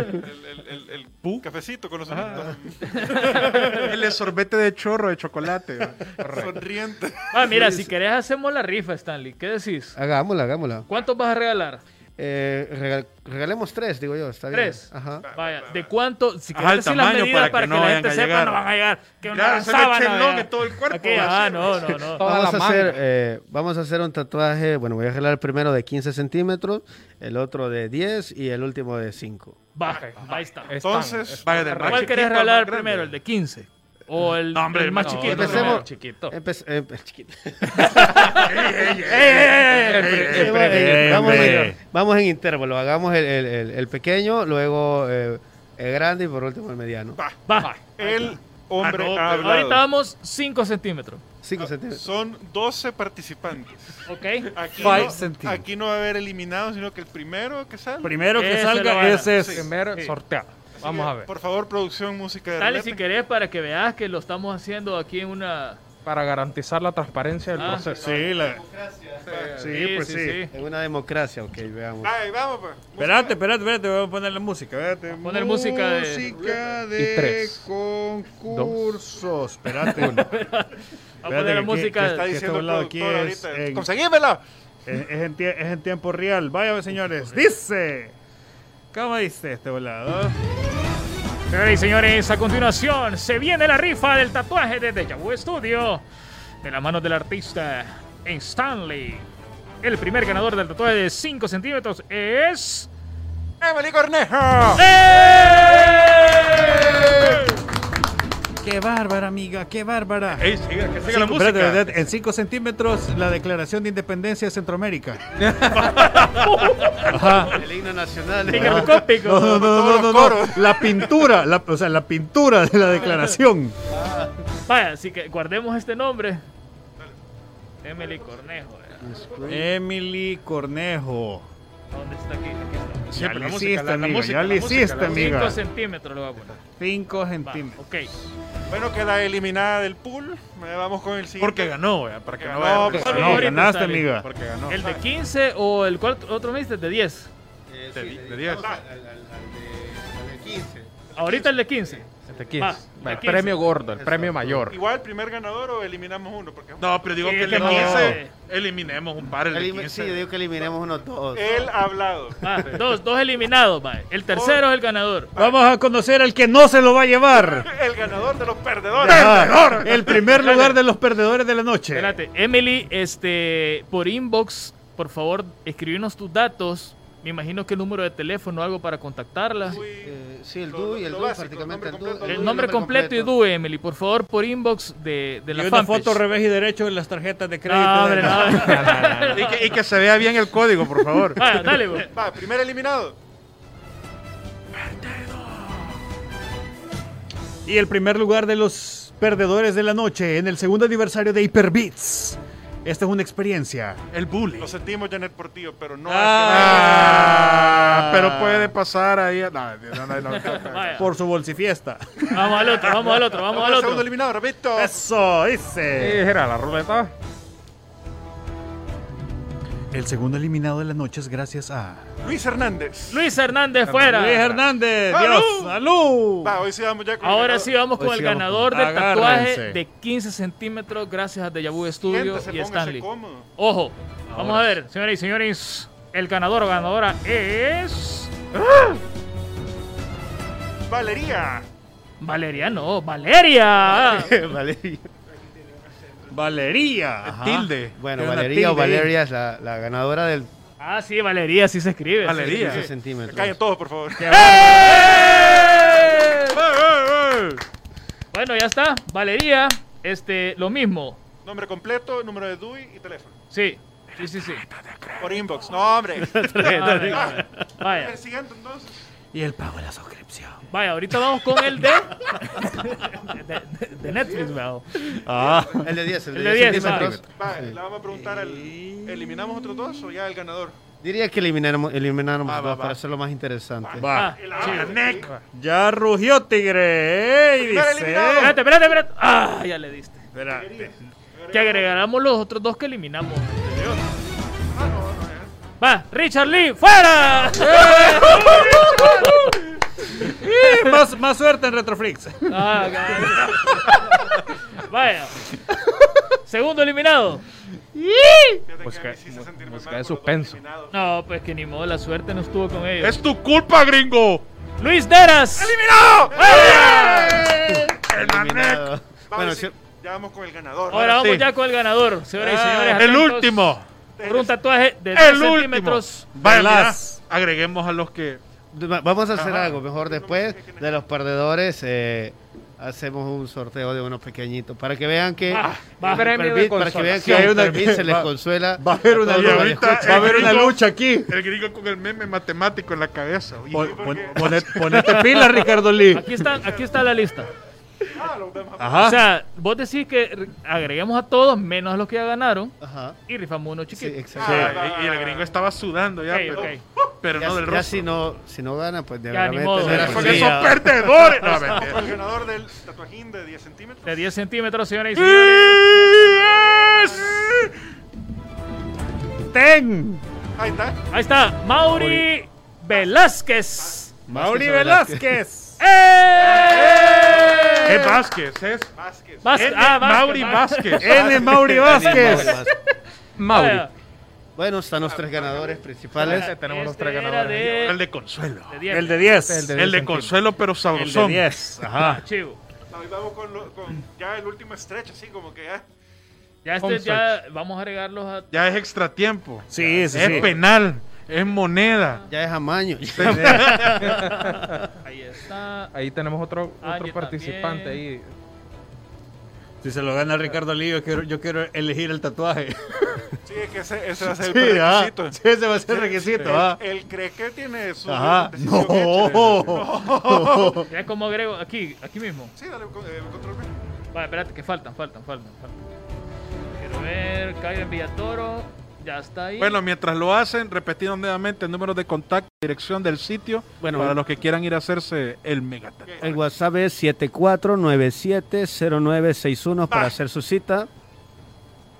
Speaker 2: el, el- el cafecito con los ojitos.
Speaker 3: (laughs) el de sorbete de chorro de chocolate. ¿va?
Speaker 2: sonriente.
Speaker 5: Ah, mira, si querés hacemos la rifa, Stanley. ¿Qué decís?
Speaker 8: Hagámosla, hagámosla.
Speaker 5: ¿Cuántos vas a regalar?
Speaker 8: Eh, regal- regalemos tres, digo yo, está bien.
Speaker 5: Tres.
Speaker 8: Ajá.
Speaker 5: Vaya, ¿de cuánto? Si
Speaker 3: Ajá, el
Speaker 5: quieres decir las
Speaker 3: tamaño
Speaker 5: medidas para, que,
Speaker 3: no
Speaker 5: la
Speaker 3: vayan
Speaker 5: gente
Speaker 3: a
Speaker 5: sepa,
Speaker 3: llegar.
Speaker 5: no van a llegar. Que una
Speaker 3: Claro,
Speaker 5: gran
Speaker 3: se le echa
Speaker 5: sábana,
Speaker 3: el long
Speaker 5: vea.
Speaker 3: en todo el cuerpo.
Speaker 5: Aquí,
Speaker 3: va
Speaker 5: ah,
Speaker 3: a ser.
Speaker 5: no, no,
Speaker 3: (laughs)
Speaker 5: no.
Speaker 6: Toda
Speaker 8: Vamos a,
Speaker 6: la
Speaker 8: hacer,
Speaker 6: manga.
Speaker 8: eh, vamos a hacer un tatuaje, bueno, voy a regalar el primero de 15 centímetros, el otro de 10 y el último de 5.
Speaker 5: Baja, ahí está.
Speaker 2: Entonces,
Speaker 6: Están,
Speaker 3: Vaya, del
Speaker 6: están.
Speaker 3: más
Speaker 5: ¿Cuál querés
Speaker 3: chiquito al
Speaker 5: regalar
Speaker 3: más grande.
Speaker 5: primero? ¿El de 15? ¿O el,
Speaker 3: No, hombre,
Speaker 5: el
Speaker 3: el
Speaker 5: más
Speaker 3: más-
Speaker 5: chiquito?
Speaker 8: no, empecemos-
Speaker 5: primero?
Speaker 6: chiquito.
Speaker 8: Empecé, eh, (laughs) chiquito.
Speaker 3: Eh,
Speaker 8: Eh, va- eh,
Speaker 7: eh,
Speaker 8: vamos,
Speaker 7: hombre.
Speaker 8: en, vamos en intervalo, hagamos el, el- el- el pequeño, luego eh, el grande y por último el mediano.
Speaker 5: Baja.
Speaker 2: el hombre
Speaker 3: Ah, no,
Speaker 2: ha
Speaker 3: pero-
Speaker 2: hablado.
Speaker 5: Ahorita vamos 5 centímetros.
Speaker 8: 5 centímetros.
Speaker 2: Son 12 participantes.
Speaker 5: ¿Ok?
Speaker 2: Aquí
Speaker 7: Five
Speaker 2: no,
Speaker 7: centímetros.
Speaker 2: aquí no va a haber eliminados, sino que el primero que
Speaker 3: (laughs)
Speaker 2: salga.
Speaker 7: eh. Primero que
Speaker 5: Ese lo van
Speaker 7: salga,
Speaker 5: a-
Speaker 7: ese es.
Speaker 6: Primero
Speaker 2: Sí.
Speaker 6: sorteado.
Speaker 2: Así
Speaker 6: Vamos
Speaker 2: que,
Speaker 6: a ver.
Speaker 2: Por favor, producción, música de
Speaker 5: Dale
Speaker 2: repente.
Speaker 5: si querés para que veas que lo estamos haciendo aquí en una...
Speaker 6: Para garantizar la transparencia del
Speaker 5: Ah,
Speaker 6: proceso.
Speaker 7: Sí, la- Sí, pues sí.
Speaker 8: Es una democracia, ok, veamos.
Speaker 2: Ay, vamos, pues.
Speaker 7: Espérate, espérate, espérate, voy a poner la música. Espérate.
Speaker 5: Poner música de-
Speaker 7: Música de,
Speaker 6: Y tres,
Speaker 7: concursos. Espérate.
Speaker 5: Vamos a poner la música.
Speaker 2: Está diciendo
Speaker 7: que este
Speaker 2: el
Speaker 7: volado aquí
Speaker 2: productor
Speaker 7: es
Speaker 2: ahorita.
Speaker 7: en-
Speaker 2: ¡Conseguímela!
Speaker 7: Es, es en, tie- es en tiempo real. Vaya, señores. Dice. ¿Cómo dice este volado?
Speaker 5: Señores y señores, a continuación se viene la rifa del tatuaje de Deja Vu Studio de la mano del artista Stanley. El primer ganador del tatuaje de 5 centímetros es...
Speaker 2: ¡Emily Cornejo!
Speaker 5: ¡Eh!
Speaker 7: ¡Qué bárbara, amiga! ¡Qué bárbara!
Speaker 3: Ey, siga, que siga la
Speaker 7: Cinco- espérate,
Speaker 3: música.
Speaker 7: espérate, en 5 centímetros, la declaración de independencia de (laughs) Centroamérica.
Speaker 8: El himno nacional.
Speaker 5: Microscópico.
Speaker 7: No,
Speaker 3: (laughs)
Speaker 7: no, no, no, no, no,
Speaker 2: Todos los
Speaker 7: La pintura, la- o sea, la pintura de la declaración.
Speaker 5: Vaya, así que guardemos este nombre. Emily Cornejo. ¿verdad?
Speaker 7: Emily Cornejo.
Speaker 5: ¿Dónde está aquí? Aquí está.
Speaker 3: Sí,
Speaker 7: Ya
Speaker 3: pero
Speaker 7: le
Speaker 3: la música,
Speaker 7: hiciste,
Speaker 3: la- la
Speaker 7: amiga.
Speaker 3: música,
Speaker 7: Ya
Speaker 3: la
Speaker 7: le
Speaker 3: música,
Speaker 7: hiciste,
Speaker 3: la música.
Speaker 5: 5
Speaker 7: amiga.
Speaker 5: centímetros lo voy a poner.
Speaker 7: 5
Speaker 5: Va,
Speaker 7: centímetros.
Speaker 5: ok.
Speaker 2: Bueno, queda eliminada del pool. Eh, Vamos con el siguiente.
Speaker 3: Porque ganó, güey, para que no
Speaker 2: Ganó,
Speaker 3: vaya a
Speaker 2: pues,
Speaker 3: regresar.
Speaker 5: ganó.
Speaker 7: No,
Speaker 5: Ahorita
Speaker 7: ganaste,
Speaker 5: sale.
Speaker 7: amiga.
Speaker 3: Porque ganó.
Speaker 5: ¿El de 15 o el cual- otro me diste? De 10.
Speaker 3: De- de diez.
Speaker 5: Ahorita el de 15.
Speaker 6: Este aquí es.
Speaker 5: Va,
Speaker 6: Va, el
Speaker 5: aquí es.
Speaker 6: premio gordo, el premio mayor.
Speaker 2: pues, Igual, primer ganador o eliminamos uno. Porque
Speaker 3: No, pero digo
Speaker 5: Sí,
Speaker 3: que el de
Speaker 5: no.
Speaker 3: 15 eliminemos un par, el de
Speaker 8: Elimi-
Speaker 3: 15.
Speaker 8: Sí, yo digo que eliminemos unos
Speaker 3: pues,
Speaker 8: dos.
Speaker 2: él ha hablado. (laughs)
Speaker 5: Va, dos, dos eliminados, vaya. El
Speaker 3: Oh.
Speaker 5: tercero es el ganador.
Speaker 7: Vamos a conocer al que no se lo va a llevar.
Speaker 2: El ganador de los perdedores.
Speaker 7: Ajá, El primer lugar de los perdedores de la noche.
Speaker 5: Espérate, Emily, este, por inbox, por favor, escribirnos tus datos. Me imagino que el número de teléfono o algo para contactarla.
Speaker 2: Uy,
Speaker 8: Eh, sí, el
Speaker 2: Lo-
Speaker 8: DUI, y el
Speaker 2: lo
Speaker 8: DUI,
Speaker 2: básico,
Speaker 8: prácticamente el
Speaker 2: nombre
Speaker 8: DUI.
Speaker 2: completo,
Speaker 5: El
Speaker 2: DUI,
Speaker 5: nombre completo y DUE, Emily, por favor, por inbox de, de
Speaker 7: Y
Speaker 5: la
Speaker 7: una
Speaker 5: fanpage.
Speaker 7: foto revés y derecho de las tarjetas de crédito.
Speaker 5: No,
Speaker 7: de-
Speaker 5: hombre, no.
Speaker 3: Y que, y que se vea bien el código, por favor.
Speaker 5: (laughs) Vaya, dale, güey.
Speaker 2: Va, primer eliminado.
Speaker 7: (laughs) Y el primer lugar de los perdedores de la noche en el segundo aniversario de Hyperbeats. Esta es una experiencia.
Speaker 3: El bully.
Speaker 2: Lo sentimos, Janet Portillo, pero no
Speaker 3: Ah, pero puede pasar ahí. a- No, no, no, no, no.
Speaker 5: Vaya.
Speaker 7: Por su bolsifiesta.
Speaker 5: Vamos al otro, vamos al otro, vamos al
Speaker 2: el segundo
Speaker 5: otro.
Speaker 2: eliminador, Beto.
Speaker 7: Eso, dice.
Speaker 6: era la ruleta?
Speaker 7: El segundo eliminado de la noche es gracias a.
Speaker 2: Luis Hernández.
Speaker 5: Luis Hernández fuera.
Speaker 7: Luis Hernández.
Speaker 2: ¡Salud!
Speaker 7: Dios, salud.
Speaker 2: Va, hoy sí vamos ya con el
Speaker 5: Ahora
Speaker 2: ganador.
Speaker 5: sí vamos con
Speaker 7: Hoy
Speaker 5: el
Speaker 7: sí vamos
Speaker 5: ganador
Speaker 7: con-
Speaker 5: del tatuaje
Speaker 7: Agárrense.
Speaker 5: de 15 centímetros gracias a Deja Vu Studio
Speaker 2: Siéntese,
Speaker 5: y
Speaker 2: póngase
Speaker 5: Stanley.
Speaker 2: cómodo.
Speaker 5: Ojo, vamos a ver, señoras y señores, el ganador o ganadora es...
Speaker 2: Valeria.
Speaker 5: Valeria, no, Valeria.
Speaker 8: (laughs) Valeria.
Speaker 7: Valeria. Ajá.
Speaker 3: Tilde.
Speaker 8: Bueno,
Speaker 7: Tiene una
Speaker 8: Valeria o
Speaker 7: tilde ahí.
Speaker 8: Valeria es la, la ganadora del
Speaker 5: Ah, sí, Valeria, sí se escribe.
Speaker 3: Valeria.
Speaker 5: sí.
Speaker 2: Callen
Speaker 8: 15 centímetros.
Speaker 2: todos, por favor.
Speaker 5: ¡Eh! Bueno, ya está. Valeria, este, lo mismo.
Speaker 2: Nombre completo, número de DUI y teléfono.
Speaker 5: Sí, sí, sí, (laughs) sí.
Speaker 2: Por inbox. No,
Speaker 3: (laughs)
Speaker 2: hombre.
Speaker 5: Vaya,
Speaker 2: El
Speaker 5: vaya,
Speaker 2: siguiente, entonces.
Speaker 7: Y el pago de la suscripción.
Speaker 5: vaya, ahorita vamos con el de, de, de- de Netflix, ¿verdad?
Speaker 7: Ah.
Speaker 8: El de 10, el de
Speaker 5: El de
Speaker 8: 10
Speaker 5: 10,
Speaker 8: centímetros.
Speaker 2: Va, le vamos a preguntar al. ¿Eliminamos otros dos o ya el ganador?
Speaker 8: Diría que elimináramos, elimináramos
Speaker 2: Va,
Speaker 8: dos
Speaker 2: va, va.
Speaker 8: para hacerlo más interesante.
Speaker 5: Ah,
Speaker 7: Va.
Speaker 2: Neck.
Speaker 7: Ya rugió Tigre. Ey,
Speaker 2: Primer eliminado.
Speaker 7: dice.
Speaker 5: espérate, espérate, espérate. Ah, ya le diste.
Speaker 7: Espera.
Speaker 5: Que agregáramos los otros dos que eliminamos. Va, Richard Lee, fuera.
Speaker 7: Eh, más, más suerte en Retroflix.
Speaker 5: Ah, cabrón. Vaya. Segundo eliminado.
Speaker 6: Busca- bu- busca de suspenso.
Speaker 5: No, pues que ni modo, la suerte no estuvo con ellos.
Speaker 3: Es tu culpa, gringo.
Speaker 5: Luis Deras. ¡Eh!
Speaker 8: Eliminado. Bueno,
Speaker 2: Bueno,
Speaker 8: sí,
Speaker 2: Ya vamos con el ganador.
Speaker 5: Ahora vamos
Speaker 3: sí. Ah,
Speaker 5: ya con el ganador, señoras y señores.
Speaker 3: El
Speaker 5: atentos.
Speaker 3: último.
Speaker 5: Por un tatuaje de 10
Speaker 3: El último.
Speaker 5: centímetros.
Speaker 3: Vaya, mira,
Speaker 7: Las-
Speaker 3: agreguemos a los que.
Speaker 8: va- vamos a hacer algo. Mejor después de los perdedores eh, hacemos un sorteo de unos pequeñitos para que vean que...
Speaker 5: Ah, va.
Speaker 6: Eh, Premio de
Speaker 8: Permit- para que
Speaker 6: consola.
Speaker 8: vean
Speaker 7: Sí,
Speaker 8: que
Speaker 7: hay
Speaker 8: a
Speaker 7: una-
Speaker 8: Permit se les
Speaker 7: va-
Speaker 8: consuela.
Speaker 7: Va a haber una
Speaker 8: todos los
Speaker 7: lucha.
Speaker 8: radioescuchas.
Speaker 7: Va a haber una lucha aquí.
Speaker 3: El gringo con el meme matemático en la cabeza. oye.
Speaker 7: Pon- pon- ponet- ponete pila, Ricardo Lee.
Speaker 5: Aquí está, aquí está la lista.
Speaker 7: Ajá.
Speaker 5: O sea, vos decís que re- agreguemos a todos menos a los que ya ganaron
Speaker 8: Ajá.
Speaker 5: y rifamos uno
Speaker 8: Sí,
Speaker 5: chiquito.
Speaker 8: exacto.
Speaker 2: Sí.
Speaker 3: Ah, y, y el gringo
Speaker 2: este.
Speaker 3: estaba sudando ya,
Speaker 5: Ok,
Speaker 3: pero,
Speaker 5: ok.
Speaker 3: pero
Speaker 8: Ya,
Speaker 3: no del
Speaker 8: ya
Speaker 3: rostro.
Speaker 8: si no, si no gana, pues
Speaker 5: Ya, ni
Speaker 8: deberá
Speaker 5: modo.
Speaker 8: tener
Speaker 5: Sí,
Speaker 3: Son
Speaker 8: algún
Speaker 3: esos
Speaker 8: día-
Speaker 3: perdedores. No, mentira.
Speaker 2: El ganador del tatuajín de 10 centímetros.
Speaker 5: De 10 centímetros, señoras y señores.
Speaker 7: Ten.
Speaker 2: Ahí está.
Speaker 5: Ahí está, Mauri Velázquez.
Speaker 7: Mauri
Speaker 8: Velázquez.
Speaker 7: Velázquez.
Speaker 5: ¡Eh!
Speaker 3: Es Vázquez, ¿eh? es.
Speaker 2: Vázquez.
Speaker 5: Vas-
Speaker 3: N.
Speaker 5: ah, Vázquez,
Speaker 3: Mauri
Speaker 5: (laughs)
Speaker 3: Vázquez.
Speaker 7: (laughs) N. Mauri Vázquez.
Speaker 5: Vaya.
Speaker 8: Bueno, están los tres ganadores principales.
Speaker 6: Ahí tenemos los
Speaker 5: Este
Speaker 6: tres
Speaker 5: era
Speaker 6: ganadores.
Speaker 5: de-
Speaker 3: El de Consuelo.
Speaker 5: de diez.
Speaker 7: El de 10.
Speaker 6: El de
Speaker 3: El de
Speaker 6: 10
Speaker 3: Consuelo, pero sabrosón.
Speaker 7: 10. Ajá.
Speaker 5: Chivo.
Speaker 2: Ahí vamos con, lo- con ya el último stretch, así como que ah. ya.
Speaker 5: Ya, este,
Speaker 6: Home
Speaker 5: ya vamos a agregarlos a.
Speaker 3: Ya es extra tiempo.
Speaker 7: Sí, sí,
Speaker 3: es
Speaker 7: sí.
Speaker 3: penal. Es moneda.
Speaker 8: Ya es amaño.
Speaker 5: Ahí está.
Speaker 6: Ahí tenemos otro,
Speaker 5: Ah,
Speaker 6: otro
Speaker 5: yo
Speaker 6: participante
Speaker 5: también.
Speaker 6: ahí.
Speaker 7: Si se lo gana Ricardo Lee, yo quiero, yo quiero elegir el tatuaje.
Speaker 2: Sí, es que ese, ese va
Speaker 7: (laughs)
Speaker 2: a ser el
Speaker 7: Sí, ah.
Speaker 2: requisito.
Speaker 7: sí, ese va a ser requisito. ah.
Speaker 2: Él, él cree que tiene su.
Speaker 7: Ajá.
Speaker 2: decisión hecha.
Speaker 7: No.
Speaker 5: Ya como agrego. Aquí, aquí mismo.
Speaker 2: Sí, dale con- eh, control B.
Speaker 5: Vale, espérate, que faltan, faltan, faltan. faltan. Quiero ver. Caio en Villatoro. Ya está ahí.
Speaker 3: Bueno, mientras lo hacen, repetimos nuevamente el número de contacto, dirección del sitio,
Speaker 8: Bueno,
Speaker 3: para
Speaker 8: bueno.
Speaker 3: los que quieran ir a hacerse el megatatuaje.
Speaker 8: El WhatsApp es 74970961 para hacer su cita.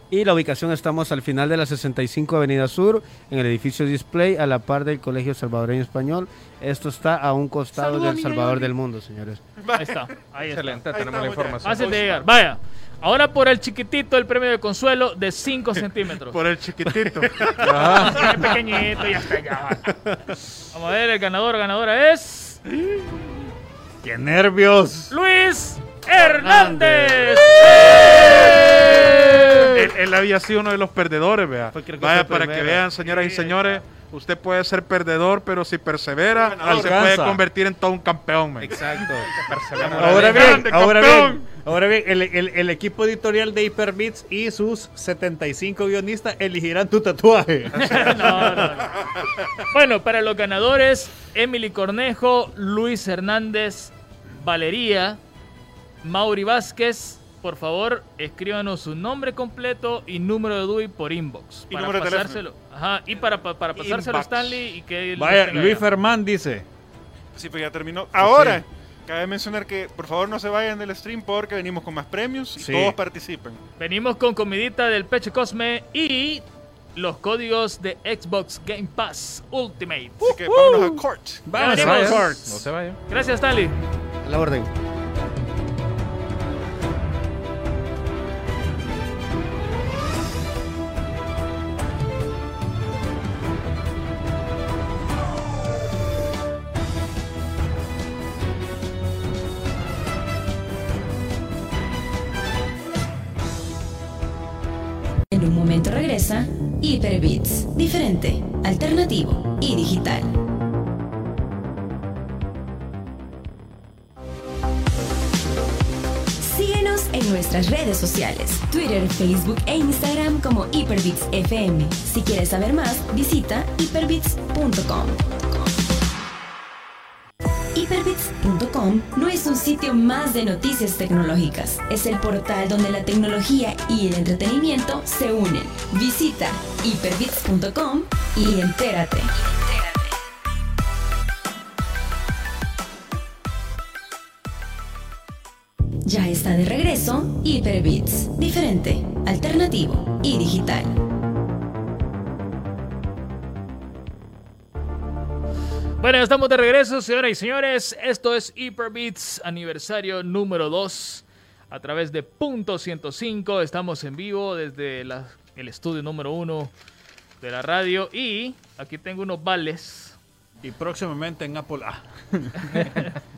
Speaker 8: Y la ubicación estamos al final de la 65 Avenida Sur, en el edificio Display, a la par del Colegio Salvadoreño Español. Esto está a un costado del Salvador del mundo, señores.
Speaker 5: ahí está. Ahí está.
Speaker 6: Excelente,
Speaker 2: Ahí
Speaker 6: tenemos la
Speaker 2: estamos ya.
Speaker 6: información.
Speaker 5: Fácil de llegar. Vaya. Ahora por el chiquitito, el premio de consuelo
Speaker 2: (laughs)
Speaker 5: de 5 centímetros. Ah.
Speaker 3: Por el chiquitito.
Speaker 5: Es pequeñito y hasta allá. va. Vamos a ver, el ganador, ganadora es.
Speaker 7: ¡Qué nervios!
Speaker 5: Luis Hernández.
Speaker 3: él, él había sido uno de los perdedores, vea.
Speaker 8: Fue creo que
Speaker 3: Vaya,
Speaker 8: fue el
Speaker 3: para que
Speaker 8: primero.
Speaker 3: vean, señoras y señores, Usted puede ser perdedor, pero si persevera,
Speaker 2: Ganador.
Speaker 3: se puede
Speaker 7: Alcanza.
Speaker 3: convertir en todo un campeón. man.
Speaker 6: (laughs) Exacto.
Speaker 7: Ahora bien,
Speaker 2: grande,
Speaker 7: ahora
Speaker 2: campeón.
Speaker 7: bien, ahora bien, el, el- el equipo editorial de Hyperbits y sus 75 guionistas elegirán tu (laughs) tatuaje.
Speaker 5: No, no, no. Bueno, para los ganadores, Emily Cornejo, Luis Hernández, Valería, Mauri Vázquez, por favor, escríbanos su nombre completo y número de DUI por inbox.
Speaker 2: Y número de
Speaker 5: pasárselo. Ajá, y para, pa- para pasárselo a
Speaker 2: Inbox.
Speaker 5: Stanley y que... él
Speaker 7: Vaya,
Speaker 5: tenga
Speaker 7: Luis
Speaker 5: allá.
Speaker 7: Fermán dice.
Speaker 2: Sí, pues ya terminó. Ahora, cabe mencionar que por favor no se vayan del stream porque venimos con más premios y
Speaker 7: Sí.
Speaker 2: todos participen.
Speaker 5: Venimos con comidita del Peche Cosme y los códigos de Xbox Game Pass Ultimate.
Speaker 2: Así que vámonos a court.
Speaker 7: Vamos,
Speaker 5: Ya
Speaker 7: vamos.
Speaker 5: veremos.
Speaker 6: No se vaya.
Speaker 5: Gracias, Stanley.
Speaker 8: A la orden.
Speaker 1: En un momento regresa Hyperbits, diferente, alternativo y digital. Síguenos en nuestras redes sociales, Twitter, Facebook e Instagram como Hyperbits FM. Si quieres saber más, visita hyperbits.com. Hyperbits.com no es un sitio más de noticias tecnológicas, es el portal donde la tecnología y el entretenimiento se unen. Visita hyperbits.com y entérate. Ya está de regreso Hyperbits, diferente, alternativo y digital.
Speaker 5: Bueno, ya estamos de regreso, señoras y señores. Esto es Hyperbeats aniversario número 2. A través de punto 105 estamos en vivo desde la- el estudio número 1 de la radio. Y aquí tengo unos vales
Speaker 7: Y próximamente en Apple. ah.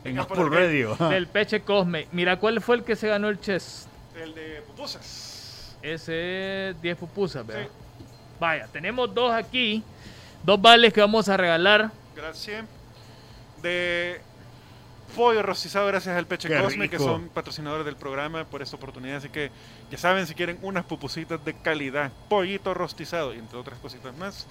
Speaker 7: en
Speaker 2: Apple
Speaker 7: Apple Radio.
Speaker 5: del Peche Cosme. Mira, ¿cuál fue el que se ganó el chess?
Speaker 2: El de pupusas.
Speaker 5: Ese es 10 pupusas, ¿verdad? Vaya, tenemos dos aquí. Dos vales que vamos a regalar.
Speaker 2: Gracias. De pollo rostizado gracias al Peche
Speaker 7: Qué
Speaker 2: Cosme que
Speaker 7: rico.
Speaker 2: son patrocinadores del programa por esta oportunidad. Así que ya saben, si quieren unas pupusitas de calidad, pollito rostizado y entre otras cositas más,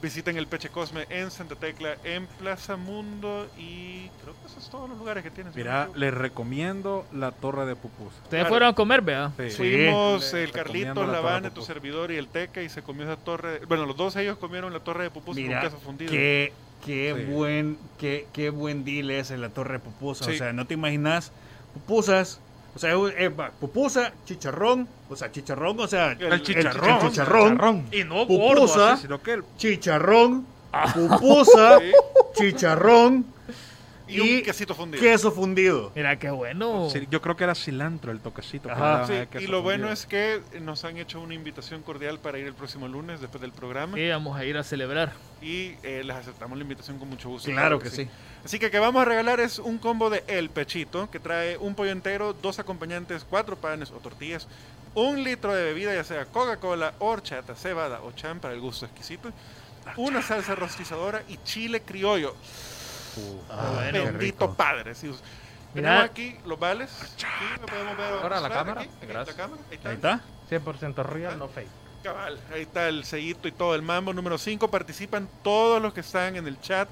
Speaker 2: visiten el Peche Cosme en Santa Tecla, en Plaza Mundo y creo que esos son todos los lugares que tienen. si no me
Speaker 3: Mira,
Speaker 2: equivoco.
Speaker 3: les recomiendo la torre de pupusa.
Speaker 5: Ustedes
Speaker 2: Claro.
Speaker 5: fueron a comer, ¿verdad?
Speaker 3: Sí.
Speaker 2: Fuimos
Speaker 3: Le
Speaker 2: el
Speaker 3: recomiendo
Speaker 2: Carlitos,
Speaker 3: la
Speaker 2: la
Speaker 3: torre
Speaker 2: Habana, tu
Speaker 3: pupusa.
Speaker 2: servidor y el Teca y se comió esa torre. Bueno, los dos ellos comieron la torre de pupusas
Speaker 7: Mira,
Speaker 2: con queso fundido.
Speaker 7: Qué, qué
Speaker 3: Sí.
Speaker 7: buen, qué, qué buen deal es en la torre de pupusas.
Speaker 2: Sí.
Speaker 7: O sea, no te imaginas pupusas. O sea, es va, pupusa, chicharrón, o sea, chicharrón, o sea,
Speaker 3: Eh.
Speaker 2: El
Speaker 7: el
Speaker 2: chicharrón.
Speaker 7: chicharrón,
Speaker 5: Y no
Speaker 7: pupusa,
Speaker 3: Sino que el-
Speaker 7: chicharrón, pupusa,
Speaker 2: Sí.
Speaker 7: chicharrón
Speaker 2: Y un
Speaker 7: y
Speaker 2: quesito fundido.
Speaker 7: queso fundido.
Speaker 5: Mira, qué bueno.
Speaker 3: sí, yo creo que era cilantro el toquecito. que
Speaker 7: Ajá.
Speaker 3: le daban
Speaker 2: Sí,
Speaker 3: a que
Speaker 2: y
Speaker 3: se
Speaker 2: lo bueno
Speaker 3: fundiera.
Speaker 2: es que nos han hecho una invitación cordial para ir el próximo lunes después del programa
Speaker 5: Sí, vamos a ir a celebrar.
Speaker 2: y eh, les aceptamos la invitación con mucho gusto.
Speaker 7: Claro que sí.
Speaker 2: Así que que vamos a regalar es un combo de El Pechito que trae un pollo entero, dos acompañantes, cuatro panes o tortillas, un litro de bebida ya sea Coca-Cola, horchata, cebada o chan para el gusto exquisito, una salsa rostizadora y chile criollo.
Speaker 7: Ah, qué
Speaker 2: Bendito
Speaker 7: rico.
Speaker 2: padre. Sí,
Speaker 5: Mira.
Speaker 2: tenemos aquí los vales. Sí, lo podemos ver
Speaker 9: Ahora la
Speaker 2: mostrar
Speaker 9: cámara,
Speaker 2: aquí. Ahí
Speaker 9: gracias.
Speaker 2: está la cámara, ahí está.
Speaker 7: Ahí está.
Speaker 6: 100% real, no fake.
Speaker 2: Cabal, ahí está el sellito y todo. El mambo número 5. Participan todos los que están en el chat.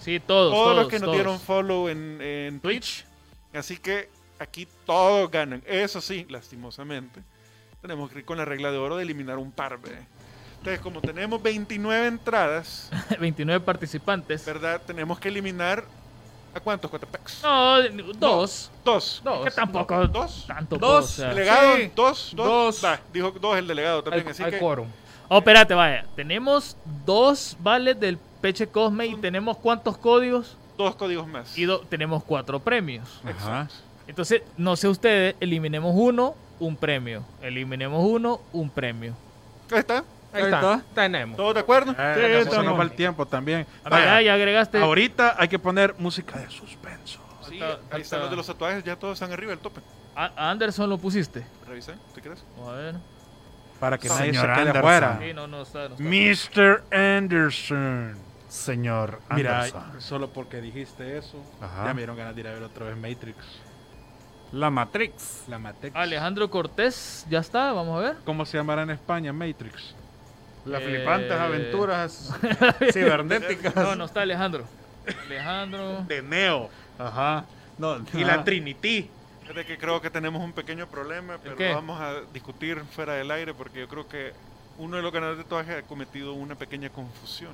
Speaker 5: Sí, todos.
Speaker 2: Todos, los que nos
Speaker 5: todos.
Speaker 2: dieron follow en, en
Speaker 5: Twitch. (laughs)
Speaker 2: Twitch. Así que aquí todos ganan. Eso sí, lastimosamente. Tenemos que ir con la regla de oro de eliminar un par. ¿ve? Entonces, como tenemos 29 (laughs) entradas,
Speaker 5: 29 participantes.
Speaker 2: ¿verdad? Tenemos que eliminar. ¿A cuántos cuatapecs?
Speaker 5: No, dos.
Speaker 2: Dos.
Speaker 5: Es Que tampoco.
Speaker 2: Dos.
Speaker 5: Tanto.
Speaker 7: Dos.
Speaker 5: pues, o sea.
Speaker 2: Delegado,
Speaker 7: Sí.
Speaker 2: dos, dos.
Speaker 7: Dos.
Speaker 2: Va, dijo dos el delegado también. así
Speaker 6: Hay
Speaker 2: que.
Speaker 6: quórum.
Speaker 5: Oh, espérate, vaya. Tenemos dos vales del Peche Cosme y tenemos cuántos códigos
Speaker 2: Dos códigos más.
Speaker 5: y do- tenemos cuatro premios.
Speaker 7: Ajá.
Speaker 5: Entonces, no sé ustedes, eliminemos uno, un premio. Eliminemos uno, un premio.
Speaker 2: Ahí está.
Speaker 6: Ahí,
Speaker 7: Ahí
Speaker 6: está.
Speaker 7: está.
Speaker 6: Tenemos.
Speaker 2: ¿Todos de acuerdo?
Speaker 3: Eh,
Speaker 7: Sí,
Speaker 3: eso
Speaker 7: estamos.
Speaker 3: no va el tiempo también.
Speaker 5: Ah, mira,
Speaker 3: Vaya,
Speaker 5: ya agregaste.
Speaker 3: Ahorita hay que poner música de suspenso.
Speaker 2: Sí,
Speaker 5: Falta- falta-
Speaker 2: ahí están los de los tatuajes, ya todos están arriba del tope.
Speaker 5: A a Anderson lo pusiste.
Speaker 2: Revisa, ¿te crees?
Speaker 5: Vamos a ver.
Speaker 3: para que nadie se
Speaker 7: Señor
Speaker 3: quede
Speaker 7: Anderson.
Speaker 3: afuera.
Speaker 5: Sí, no, no está. No está.
Speaker 7: Mr. Anderson. Señor
Speaker 3: Mira,
Speaker 7: Anderson.
Speaker 3: solo porque dijiste eso,
Speaker 7: Ah, Ajá.
Speaker 3: ya me dieron ganas de ir a ver otra vez Matrix,
Speaker 7: la Matrix.
Speaker 3: la Matrix.
Speaker 5: Alejandro Cortés, ya está, vamos a ver.
Speaker 3: ¿Cómo se llamará en España Matrix?
Speaker 7: Las
Speaker 5: Eh,
Speaker 7: flipantes
Speaker 5: (laughs)
Speaker 7: aventuras cibernéticas
Speaker 5: No, no está Alejandro. Alejandro.
Speaker 9: De Neo.
Speaker 7: Ajá. No,
Speaker 9: Y
Speaker 7: ajá.
Speaker 9: la Trinity.
Speaker 2: Es de que creo que tenemos un pequeño problema, pero
Speaker 5: qué?
Speaker 2: lo vamos a discutir fuera del aire porque yo creo que uno de los ganadores de tatuaje ha cometido una pequeña confusión.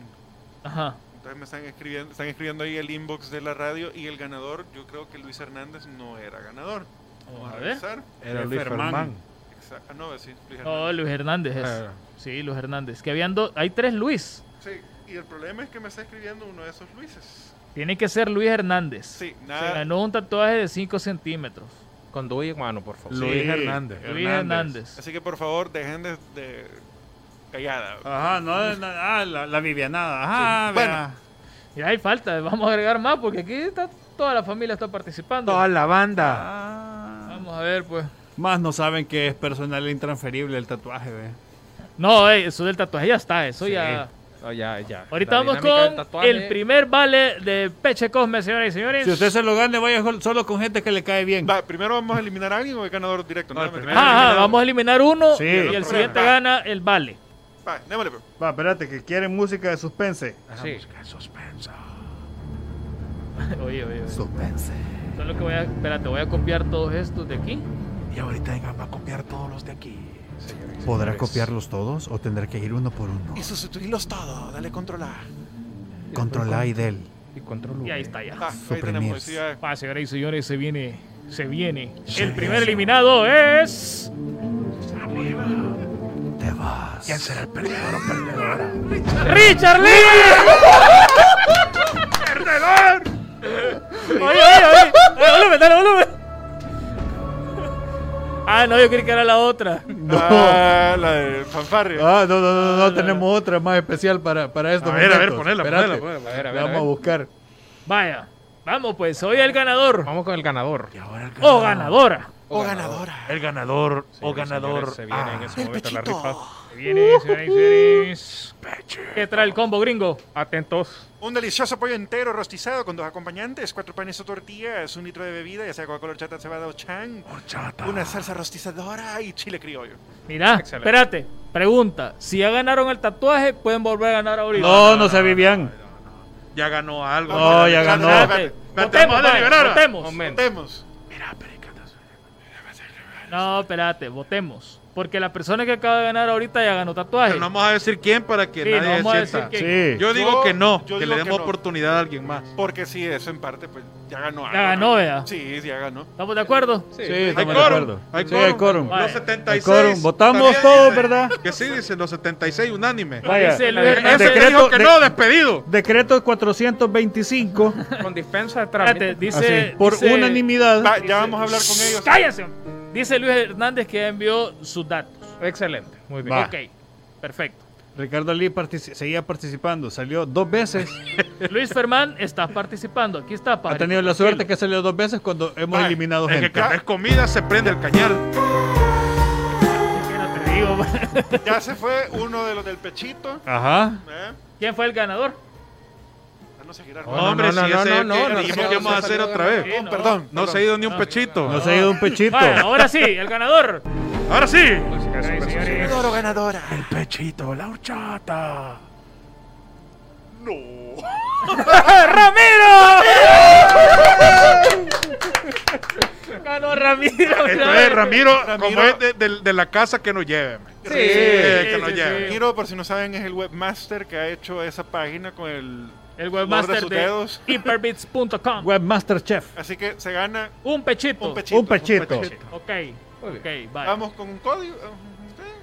Speaker 5: Ajá.
Speaker 2: Entonces me están escribiendo, están escribiendo ahí el inbox de la radio y el ganador, yo creo que Luis Hernández no era ganador.
Speaker 5: Vamos a ver.
Speaker 2: revisar.
Speaker 3: Era
Speaker 7: Es
Speaker 3: Luis
Speaker 7: Fermán.
Speaker 3: Fermán.
Speaker 2: Exa- ah, no, sí, Luis
Speaker 5: Oh,
Speaker 2: Hernández.
Speaker 5: Luis Hernández. es.
Speaker 3: Ah.
Speaker 5: Sí, Luis Hernández. Que habían dos. Hay tres Luis.
Speaker 2: Sí, y el problema es que me está escribiendo uno de esos Luises.
Speaker 5: Tiene que ser Luis Hernández.
Speaker 2: Sí,
Speaker 5: Se
Speaker 2: nada.
Speaker 5: ganó un tatuaje de 5 centímetros.
Speaker 6: Conduye, mano, por favor.
Speaker 7: Lo-
Speaker 3: Luis
Speaker 7: Sí.
Speaker 3: Hernández.
Speaker 5: Luis Hernández.
Speaker 2: Así que por favor, dejen de, de- callada.
Speaker 7: Ajá, no, no, ah, la, la vivianada. Ajá,
Speaker 2: Sí. Bueno.
Speaker 7: vea.
Speaker 5: Ya hay falta. Vamos a agregar más porque aquí está, toda la familia está participando.
Speaker 3: Toda la banda.
Speaker 7: Ah.
Speaker 5: Vamos a ver, pues.
Speaker 7: Más no saben que es personal e intransferible el tatuaje, ve.
Speaker 5: No, ey, eso del tatuaje ya está. Eso
Speaker 7: Sí.
Speaker 5: ya.
Speaker 6: Oh, ya, ya.
Speaker 5: Ahorita
Speaker 6: La
Speaker 5: vamos
Speaker 6: dinámica del
Speaker 5: con
Speaker 6: tatuaje.
Speaker 5: el primer vale de Peche Cosme, señoras y señores.
Speaker 7: Si usted se lo gane, vaya jol- solo con gente que le cae bien.
Speaker 2: Va, primero vamos a eliminar a alguien o el ganador directo.
Speaker 3: No, el
Speaker 2: Nuevamente.
Speaker 3: primero.
Speaker 5: Ajá,
Speaker 7: Ah,
Speaker 5: ajá, Ah, vamos a eliminar uno
Speaker 7: Sí.
Speaker 5: y el siguiente gana el vale.
Speaker 2: Va, démosle, pues.
Speaker 7: Va, espérate, que quieren música de suspense.
Speaker 6: Sí.
Speaker 7: Suspense.
Speaker 5: Oye, oye, oye.
Speaker 7: Suspense.
Speaker 5: Solo que voy a, espérate, voy a copiar todos estos de aquí.
Speaker 7: Y ahorita va a copiar todos los de aquí. ¿Podrá copiarlos todos o tendrá que ir uno por uno?
Speaker 2: Y sustituirlos todos, dale controlar.
Speaker 7: Controla y del.
Speaker 6: Y control V.
Speaker 5: Y ahí está ya.
Speaker 2: Ah, ahí tenemos. sí, ya.
Speaker 5: Pa, señoras y señores, se viene, se viene. El primer eliminado es...
Speaker 7: Te vas. ¿Quién será el perdedor o perdedora?
Speaker 5: ¡Richard Lee! ¡Perdedor! Oye, oye, oye. Dale volumen, dale volumen. Ah, no, yo creí que era la otra.
Speaker 7: No.
Speaker 2: Ah, la de fanfarria.
Speaker 7: Ah, no, no, no, no, tenemos otra más especial para, para esto.
Speaker 3: A ver, a ver, ponela,
Speaker 7: Espérate,
Speaker 3: ponela, ponela,
Speaker 6: a ver, a ver,
Speaker 7: la
Speaker 6: a
Speaker 7: Vamos a
Speaker 6: ver.
Speaker 7: buscar.
Speaker 5: Vaya. Vamos pues, soy el ganador.
Speaker 6: Vamos con el ganador.
Speaker 5: O ganadora.
Speaker 2: o Oh, ganadora.
Speaker 7: El ganador Ah.
Speaker 6: o ganador. Se viene en ese momento la rifa.
Speaker 5: Se viene, señoras y señores. ¿Qué trae el combo gringo?
Speaker 6: Atentos.
Speaker 2: Un delicioso pollo entero rostizado con dos acompañantes, cuatro panes o tortillas, un litro de bebida, ya sea Coca-Cola, horchata, cebada o chan, una salsa rostizadora y chile criollo.
Speaker 5: Mirá,
Speaker 6: Excelente.
Speaker 5: espérate. Pregunta, si ya ganaron el tatuaje, pueden volver a ganar ahorita.
Speaker 7: No, no sé, Vivian.
Speaker 9: Ya ganó algo.
Speaker 7: No, Oh, ya ganó.
Speaker 5: Espérate, votemos,
Speaker 9: vamos a
Speaker 5: vaya,
Speaker 9: liberar.
Speaker 5: votemos.
Speaker 6: Momento.
Speaker 2: Votemos.
Speaker 5: No, espérate, votemos. Porque la persona que acaba de ganar ahorita ya ganó tatuaje.
Speaker 9: Pero no vamos a decir quién para que
Speaker 5: Sí, no
Speaker 9: nadie
Speaker 5: vamos a
Speaker 9: se
Speaker 5: decir
Speaker 9: sienta.
Speaker 5: que-
Speaker 7: Sí.
Speaker 9: Yo digo
Speaker 2: Yo-
Speaker 9: que no, que
Speaker 2: yo digo
Speaker 9: le
Speaker 2: que
Speaker 9: demos
Speaker 2: no.
Speaker 9: oportunidad a alguien más.
Speaker 2: Porque sí, eso en parte, pues ya ganó. algo,
Speaker 5: ganó,
Speaker 2: ¿no?
Speaker 5: vea.
Speaker 2: Sí, ya ganó.
Speaker 5: ¿Estamos de acuerdo?
Speaker 7: Sí,
Speaker 9: Hay
Speaker 7: estamos de
Speaker 9: quórum,
Speaker 7: acuerdo.
Speaker 9: hay
Speaker 7: Sí, hay
Speaker 9: quórum.
Speaker 7: quórum.
Speaker 5: Vaya.
Speaker 9: Los 76.
Speaker 7: quórum. Votamos
Speaker 9: también
Speaker 7: todos,
Speaker 9: dicen
Speaker 7: ¿verdad?
Speaker 9: Que sí, dicen los 76 unánime.
Speaker 7: Vaya.
Speaker 5: Dice Luis
Speaker 9: Ese
Speaker 5: Hernández-
Speaker 7: Decreto
Speaker 9: dijo que
Speaker 7: de-
Speaker 9: no, despedido.
Speaker 7: Decreto 425.
Speaker 6: Con dispensa de
Speaker 5: espérate,
Speaker 6: trámite.
Speaker 5: dice,
Speaker 7: así, por
Speaker 5: dice-
Speaker 7: unanimidad.
Speaker 2: Va, ya vamos a hablar con ellos.
Speaker 5: ¡Cállense! Dice Luis Hernández que ya envió sus datos.
Speaker 6: Excelente. Muy bien.
Speaker 7: Eh, Va.
Speaker 5: Ok, perfecto.
Speaker 7: Ricardo Lee partici- seguía participando, salió dos veces.
Speaker 5: Luis Fermán está participando. Aquí está.
Speaker 7: ha
Speaker 5: padre.
Speaker 7: tenido la suerte que salió dos veces cuando hemos
Speaker 9: Vaya,
Speaker 7: eliminado
Speaker 9: El
Speaker 7: gente.
Speaker 9: que comes comida se prende el cañal.
Speaker 5: No te digo, (laughs) man.
Speaker 2: Ya se fue uno de los del pechito.
Speaker 7: Ajá.
Speaker 2: ¿eh?
Speaker 5: ¿Quién fue el ganador?
Speaker 2: Ah, no sé, Gerardo.
Speaker 9: No, hombre,
Speaker 6: no, no,
Speaker 9: si ese es el
Speaker 6: no,
Speaker 9: que
Speaker 6: no,
Speaker 9: dijimos
Speaker 6: no,
Speaker 9: que
Speaker 6: no,
Speaker 9: íbamos a
Speaker 6: no,
Speaker 9: hacer
Speaker 6: no,
Speaker 9: otra
Speaker 6: no,
Speaker 9: vez.
Speaker 5: no.
Speaker 2: perdón.
Speaker 9: No se ha ido ni un pechito.
Speaker 7: Nos ha ido un pechito.
Speaker 5: Bueno, ahora sí, el ganador.
Speaker 9: Ahora sí.
Speaker 5: Señoras y señores,
Speaker 2: Ganador o ganadora.
Speaker 7: Pechito, la horchata.
Speaker 5: Ganó Ramiro.
Speaker 9: Entonces, Eh, Ramiro,
Speaker 2: Ramiro.
Speaker 9: como es de, de- de la casa, que nos lleve. man.
Speaker 5: Sí,
Speaker 9: que
Speaker 5: sí,
Speaker 9: nos
Speaker 5: sí,
Speaker 9: lleve.
Speaker 2: Ramiro, por si no saben, es el webmaster que ha hecho esa página con el.
Speaker 5: El
Speaker 2: Lord de
Speaker 5: webmaster
Speaker 2: sus
Speaker 5: de
Speaker 2: dedos.
Speaker 5: hyperbits.com.
Speaker 7: Webmaster Chef.
Speaker 2: Así que se gana
Speaker 5: Un pechito.
Speaker 2: un pechito.
Speaker 7: Un pechito.
Speaker 5: Ok,
Speaker 6: Muy bien.
Speaker 5: ok, vaya.
Speaker 2: Vamos con un código. eh,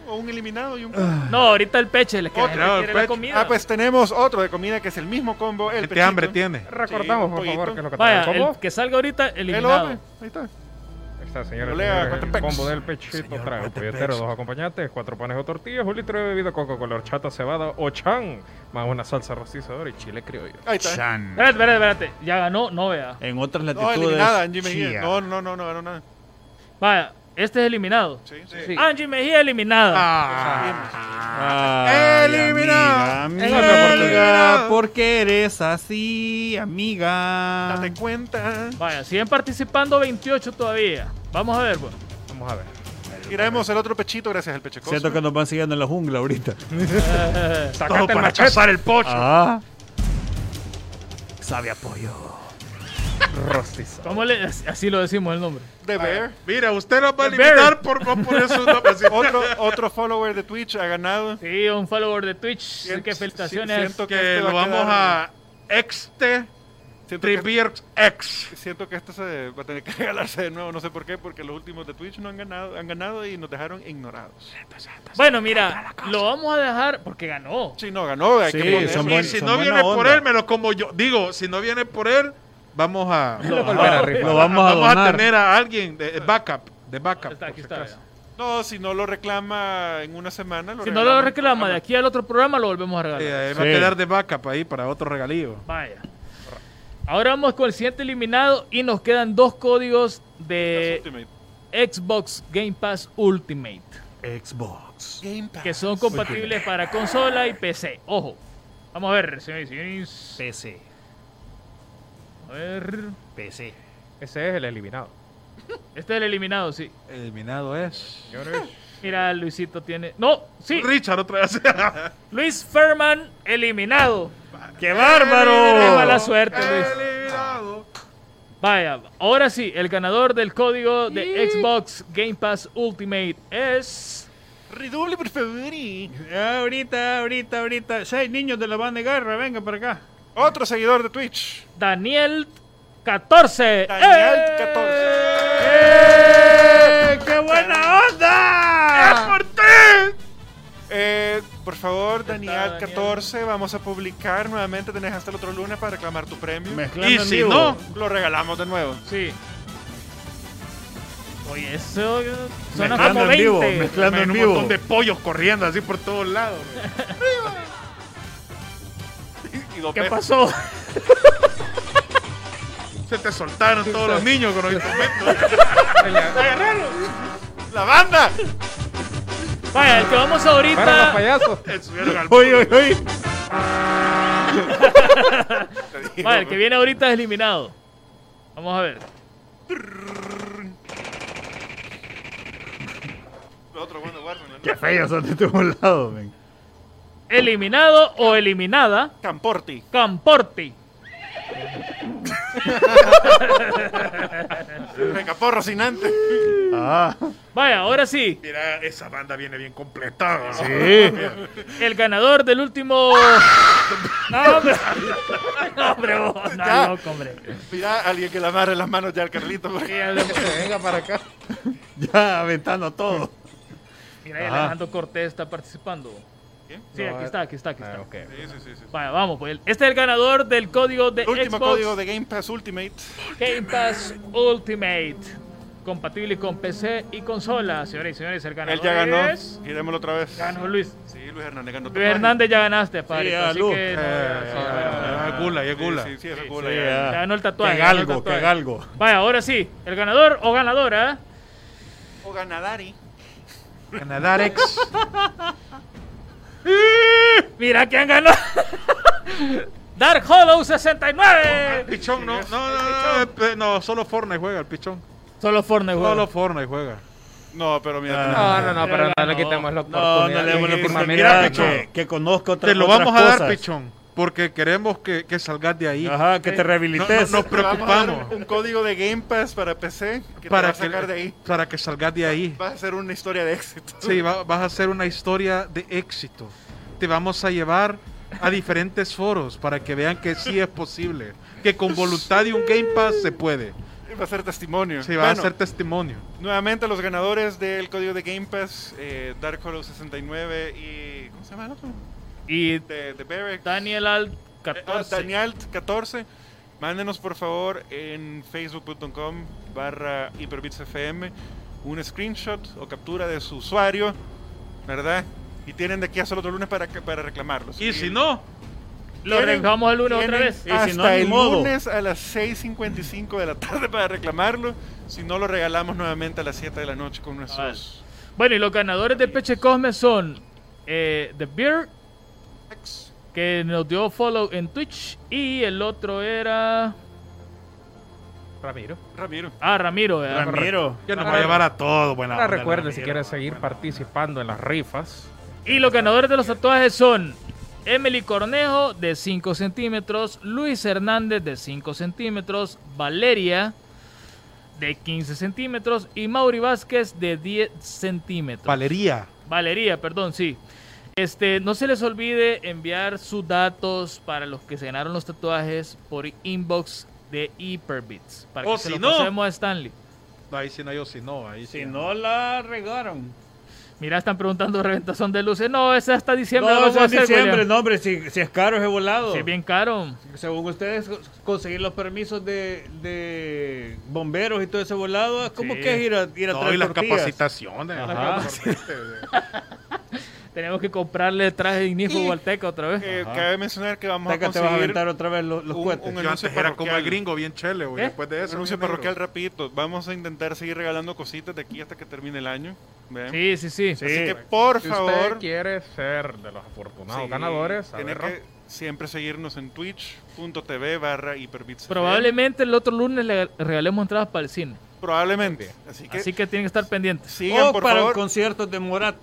Speaker 2: O un eliminado y un. Ah,
Speaker 5: No, ahorita el peche, el que la
Speaker 2: Otro,
Speaker 5: gente quiere la
Speaker 9: peche.
Speaker 5: comida.
Speaker 2: pues tenemos otro de comida que es el mismo combo. El
Speaker 9: Gente
Speaker 2: pechito.
Speaker 9: Este hambre tiene.
Speaker 6: Recordamos, por
Speaker 2: pollito.
Speaker 6: favor, que es lo que
Speaker 5: Vaya,
Speaker 6: trae el
Speaker 5: el
Speaker 6: combo.
Speaker 5: que salga ahorita,
Speaker 2: El
Speaker 5: eliminado.
Speaker 2: hombre. Ahí está.
Speaker 6: Ahí está, señores.
Speaker 2: Olea,
Speaker 6: señores, el
Speaker 2: Guatepex.
Speaker 6: combo del pechito trae un polletero, dos acompañantes, cuatro panes o tortillas, un litro de bebida coco con horchata, cebada o chan, más una salsa rostizadora y chile criollo.
Speaker 2: Ahí está.
Speaker 5: Espérate, espérate, espérate. Ya ganó, no vea.
Speaker 7: En otras
Speaker 2: No,
Speaker 7: latitudes.
Speaker 2: eliminada, Angie Mejía.
Speaker 7: chía.
Speaker 2: No, no, no, no ganó nada.
Speaker 5: Vaya, Este es eliminado.
Speaker 2: Sí, sí. Ah.
Speaker 6: Sí.
Speaker 5: Angie Mejía eliminada.
Speaker 7: Ah, Eliminado.
Speaker 6: amiga, Eliminado.
Speaker 7: porque eres así, amiga.
Speaker 5: Ah.
Speaker 2: Date cuenta.
Speaker 5: Vaya, siguen participando 28 todavía. Vamos a ver, pues.
Speaker 6: Vamos a ver.
Speaker 2: Tiramos el otro pechito gracias al pechecoso.
Speaker 7: Siento que nos van siguiendo en la jungla ahorita.
Speaker 6: Sacate el machete.
Speaker 9: el pocho.
Speaker 7: Ah. Sabe apoyo.
Speaker 6: Rostizado.
Speaker 5: ¿Cómo le- así lo decimos el nombre.
Speaker 2: The Bear.
Speaker 9: Mira, usted nos va a
Speaker 5: The Bear.
Speaker 9: eliminar por no poner su
Speaker 5: (laughs)
Speaker 9: nombre así.
Speaker 2: pues, Otro, otro follower de Twitch ha ganado.
Speaker 5: Sí, un follower de Twitch. Así que
Speaker 2: Sí,
Speaker 5: felicitaciones.
Speaker 2: Siento que,
Speaker 9: que
Speaker 2: este va
Speaker 9: lo vamos
Speaker 2: quedar-
Speaker 9: a exte
Speaker 2: Siento que,
Speaker 9: trivier ex.
Speaker 2: siento que este se va a tener que (laughs) regalarse de nuevo, no sé por qué, porque los últimos de Twitch no han ganado, han ganado y nos dejaron ignorados.
Speaker 5: Bueno, mira, lo vamos a dejar porque ganó.
Speaker 2: Sí, no, ganó. Hay
Speaker 7: Sí,
Speaker 2: que poner
Speaker 9: Y
Speaker 2: eso.
Speaker 7: son buenos.
Speaker 9: si
Speaker 7: son
Speaker 9: no
Speaker 7: buena
Speaker 9: viene por
Speaker 7: onda.
Speaker 9: él, me lo como yo. Digo, si no viene por él, vamos a
Speaker 5: Lo
Speaker 6: vamos a rifar.
Speaker 7: Lo vamos a
Speaker 9: vamos a
Speaker 7: donar.
Speaker 9: tener a alguien de de backup, de backup.
Speaker 5: Está, aquí
Speaker 9: por si
Speaker 5: está,
Speaker 9: acaso.
Speaker 5: vea.
Speaker 2: No, si no lo reclama en una semana, lo
Speaker 5: Si no lo
Speaker 2: regalamos. Ah,
Speaker 5: reclama de aquí al otro programa, lo volvemos a
Speaker 9: Sí,
Speaker 5: regalar.
Speaker 9: Eh, ahí va a
Speaker 7: Sí.
Speaker 9: quedar de backup ahí para otro regalío.
Speaker 5: Vaya. Ahora vamos con el siguiente eliminado y nos quedan dos códigos
Speaker 2: Las
Speaker 5: de
Speaker 2: Ultimate.
Speaker 5: Xbox Game Pass Ultimate,
Speaker 7: Xbox.
Speaker 5: que son compatibles para consola y PC. Ojo. Vamos a ver, señores y señores.
Speaker 10: PC.
Speaker 5: A ver.
Speaker 10: PC.
Speaker 6: Ese es el eliminado.
Speaker 5: Este es el eliminado, sí.
Speaker 3: Eliminado es.
Speaker 6: Señores,
Speaker 5: Mira, Luisito tiene. ¡No! ¡Sí!
Speaker 9: Richard otra vez.
Speaker 5: Luis Ferman eliminado.
Speaker 7: ¡Qué
Speaker 5: ¡Qué
Speaker 7: bárbaro!
Speaker 5: mala suerte, Luis!
Speaker 9: Eliminado.
Speaker 5: Vaya, ahora sí, el ganador del código de Xbox Game Pass Ultimate es.
Speaker 2: Redoble, por favor. y-
Speaker 7: Ahorita, ahorita, ahorita. Seis niños de la banda de guerra, venga para acá.
Speaker 2: Otro seguidor de Twitch.
Speaker 5: Daniel 14.
Speaker 2: Daniel
Speaker 5: ¡Eh!
Speaker 2: 14.
Speaker 7: ¡Qué buena onda!
Speaker 2: Eh, por favor,
Speaker 5: Ya está,
Speaker 2: Daniel 14, vamos a publicar nuevamente. Tenés hasta el otro lunes para reclamar tu premio.
Speaker 9: Y si no,
Speaker 2: Lo regalamos de nuevo.
Speaker 5: Sí. Oye, eso eh, suena
Speaker 7: Mezclando
Speaker 5: como
Speaker 7: en vivo,
Speaker 5: 20.
Speaker 7: mezclando en
Speaker 9: un
Speaker 7: vivo.
Speaker 9: montón de pollos corriendo así por todos lados.
Speaker 2: Y dos
Speaker 5: ¿Qué
Speaker 2: pesos.
Speaker 5: pasó?
Speaker 9: Se te soltaron todos los niños con los instrumentos.
Speaker 2: ¡La banda!
Speaker 5: Vaya, el que vamos
Speaker 6: para los
Speaker 5: ahorita.
Speaker 6: payasos.
Speaker 9: Se Eh, subieron al
Speaker 7: Oye, oye, oye.
Speaker 5: Vaya, el que viene ahorita es eliminado. Vamos a ver.
Speaker 2: Lo otro, bueno, guárdenlo, ¿no?
Speaker 7: Qué feo son de tu lado, men.
Speaker 5: Eliminado o eliminada,
Speaker 2: Camporti.
Speaker 5: Camporti.
Speaker 2: Recaporro Rocinante.
Speaker 7: Ah,
Speaker 5: Vaya, ahora sí,
Speaker 9: Mira, esa banda viene bien completada. ¿no?
Speaker 7: sí.
Speaker 5: el ganador
Speaker 2: (laughs)
Speaker 5: del último. No, hombre. No, hombre, vos, no,
Speaker 2: (laughs) Ya.
Speaker 5: loco, hombre.
Speaker 2: Mira, alguien que le amarre las manos ya al Carlito. pues. porque-
Speaker 9: Venga para acá.
Speaker 7: Ya aventando todo.
Speaker 5: Mira, ahí Alejandro Cortés está participando.
Speaker 2: ¿Quién?
Speaker 5: Sí, aquí está, aquí está, aquí
Speaker 2: Ah,
Speaker 5: está.
Speaker 2: Sí, sí, sí, sí.
Speaker 5: Vaya, vamos, pues. Este es el ganador del código de
Speaker 2: Último
Speaker 5: Xbox
Speaker 2: código de Game Pass Ultimate.
Speaker 5: Game Pass Ultimate. Compatible con PC y consola, señores y señores. El ganador
Speaker 2: Él ya ganó.
Speaker 5: es-
Speaker 2: Girémoslo otra vez.
Speaker 5: Ganó Luis.
Speaker 2: Sí, Luis Hernández ganó.
Speaker 5: Luis Hernández ya ganaste, padre.
Speaker 7: ya,
Speaker 5: así
Speaker 7: Luis.
Speaker 5: que no,
Speaker 2: Eh,
Speaker 9: Ah, es gula, es gula.
Speaker 2: Sí, sí, sí, es
Speaker 5: Sí,
Speaker 2: gula.
Speaker 7: sí,
Speaker 2: ya.
Speaker 7: ah.
Speaker 5: ya ganó el tatuaje.
Speaker 7: Que
Speaker 5: ganó el
Speaker 7: algo,
Speaker 5: tatuaje.
Speaker 7: que algo.
Speaker 5: Vaya, ahora sí. El ganador o ganadora. ¿eh?
Speaker 2: O Ganadari.
Speaker 9: Canadarex.
Speaker 5: Mira quién ganó. (laughs) Dark Hollow 69.
Speaker 9: Pichón, (laughs) no, no, no, no, pe- no, solo Fortnite juega el pichón.
Speaker 5: Solo Fortnite, güey.
Speaker 9: Solo Fortnite juega.
Speaker 2: No, pero mira.
Speaker 5: Ah.
Speaker 6: No, no, no, pero no le
Speaker 5: No,
Speaker 6: quitemos la
Speaker 7: No, no
Speaker 6: oportunidad.
Speaker 7: le demos la
Speaker 6: Mira, mira,
Speaker 7: oportunidad que, que conozco otra-
Speaker 9: Te lo
Speaker 7: otras
Speaker 9: vamos a dar,
Speaker 7: cosas.
Speaker 9: pichón, porque queremos que, que salgas de ahí.
Speaker 7: Ajá, que te
Speaker 9: No, no,
Speaker 7: rehabilites.
Speaker 9: nos
Speaker 2: Te vamos a dar
Speaker 9: preocupamos
Speaker 2: Un código de Game Pass para PC que
Speaker 9: para
Speaker 2: te va a sacar de
Speaker 9: que,
Speaker 2: ahí.
Speaker 9: para que salgas de ahí.
Speaker 2: Va a ser una historia de éxito.
Speaker 9: Sí, va- vas a hacer una historia de éxito. Te vamos a llevar a diferentes foros para que vean que sí es posible. Que con voluntad y un Game Pass se puede.
Speaker 2: Va a ser testimonio.
Speaker 9: Sí, va
Speaker 2: Bueno,
Speaker 9: a ser testimonio.
Speaker 2: Nuevamente los ganadores del código de Game Pass, eh, Dark Hollow 69 y... ¿Cómo se llama el otro?
Speaker 5: Y
Speaker 2: De, de Barracks.
Speaker 5: Daniel Alt
Speaker 2: Eh, ah,
Speaker 5: 14.
Speaker 2: Daniel 14. Mándenos por favor en facebook.com barra hiperbitsfm un screenshot o captura de su usuario, ¿verdad? Y tienen de aquí hasta el otro lunes para, que- para reclamarlos.
Speaker 9: Y si no,
Speaker 5: Lo
Speaker 2: Tienen-
Speaker 5: revivamos el uno otra
Speaker 2: tienen
Speaker 5: vez. Ah,
Speaker 7: Y
Speaker 2: Hasta
Speaker 7: si no, ni
Speaker 2: el
Speaker 7: modo.
Speaker 2: lunes a las 6.55 de la tarde para reclamarlo. Si no, lo regalamos nuevamente a las 7 de la noche con nuestros...
Speaker 5: Bueno, y los ganadores del Peche Cosme son eh, The Beer,
Speaker 7: Ah.
Speaker 5: que nos dio follow en Twitch, y el otro era.
Speaker 6: Ramiro.
Speaker 2: Ramiro.
Speaker 5: Ah, Ramiro, ¿verdad?
Speaker 4: Ramiro.
Speaker 9: Ya nos
Speaker 6: Ah,
Speaker 9: va a llevar a todo, buena
Speaker 6: Ahora
Speaker 9: onda,
Speaker 6: recuerden, si
Speaker 9: Ramiro.
Speaker 6: quieren seguir participando en las rifas,
Speaker 5: Y los ganadores de los tatuajes son Emily Cornejo de 5 centímetros, Luis Hernández de 5 centímetros, Valeria de 15 centímetros y Mauri Vázquez de 10 centímetros.
Speaker 9: Valería.
Speaker 5: Valeria, perdón, sí. Este, no se les olvide enviar sus datos para los que se ganaron los tatuajes por inbox de Hyperbits. Para
Speaker 9: O
Speaker 5: que se
Speaker 9: si
Speaker 5: los
Speaker 9: no.
Speaker 5: pasemos a Stanley.
Speaker 9: No, ahí sí no, yo sí no. Ahí sí
Speaker 7: Si no la regaron.
Speaker 5: Mira, están preguntando reventazón de luces. No, es hasta diciembre.
Speaker 7: no,
Speaker 5: lo
Speaker 7: eso
Speaker 5: vamos a
Speaker 7: es
Speaker 5: hacer,
Speaker 7: diciembre,
Speaker 5: William.
Speaker 7: no, hombre, si, si es caro es volado.
Speaker 5: Sí, es bien caro.
Speaker 7: Según ustedes, co- conseguir los permisos de, de bomberos y todo ese volado, es como
Speaker 5: Sí.
Speaker 7: que es ir a, ir a
Speaker 9: No,
Speaker 7: traer
Speaker 9: y las
Speaker 7: tortillas.
Speaker 9: capacitaciones. las
Speaker 5: Ajá.
Speaker 9: capacitaciones.
Speaker 5: (laughs) Tenemos que comprarle traje de Ignis
Speaker 2: Y-
Speaker 5: Gualteca otra vez.
Speaker 2: Eh, cabe mencionar que vamos
Speaker 7: Teca,
Speaker 2: a
Speaker 7: te vas a
Speaker 2: conseguir...
Speaker 7: aventar otra vez los, los
Speaker 2: un-
Speaker 7: cohetes.
Speaker 2: un
Speaker 9: Yo
Speaker 2: anuncio
Speaker 9: antes era como el
Speaker 2: parroquial.
Speaker 9: gringo, bien chele, güey.
Speaker 5: ¿Eh?
Speaker 9: Después de eso.
Speaker 2: Anuncio
Speaker 9: bien negro.
Speaker 2: parroquial rapidito. Vamos a intentar seguir regalando cositas de aquí hasta que termine el año. ¿Vean?
Speaker 5: Sí, sí, sí.
Speaker 7: Sí.
Speaker 2: Así que por
Speaker 6: si
Speaker 2: favor,
Speaker 6: usted quiere ser de los afortunados
Speaker 2: sí,
Speaker 6: ganadores, a
Speaker 2: tiene
Speaker 6: ver,
Speaker 2: que siempre seguirnos en twitch.tv barra hiperbits.
Speaker 5: Probablemente el otro lunes le regalemos entradas para el cine.
Speaker 2: Probablemente. Así que
Speaker 5: Así que tienen que estar pendientes.
Speaker 2: sigan,
Speaker 7: o
Speaker 2: por
Speaker 7: oh, para
Speaker 2: favor.
Speaker 7: conciertos de Morat.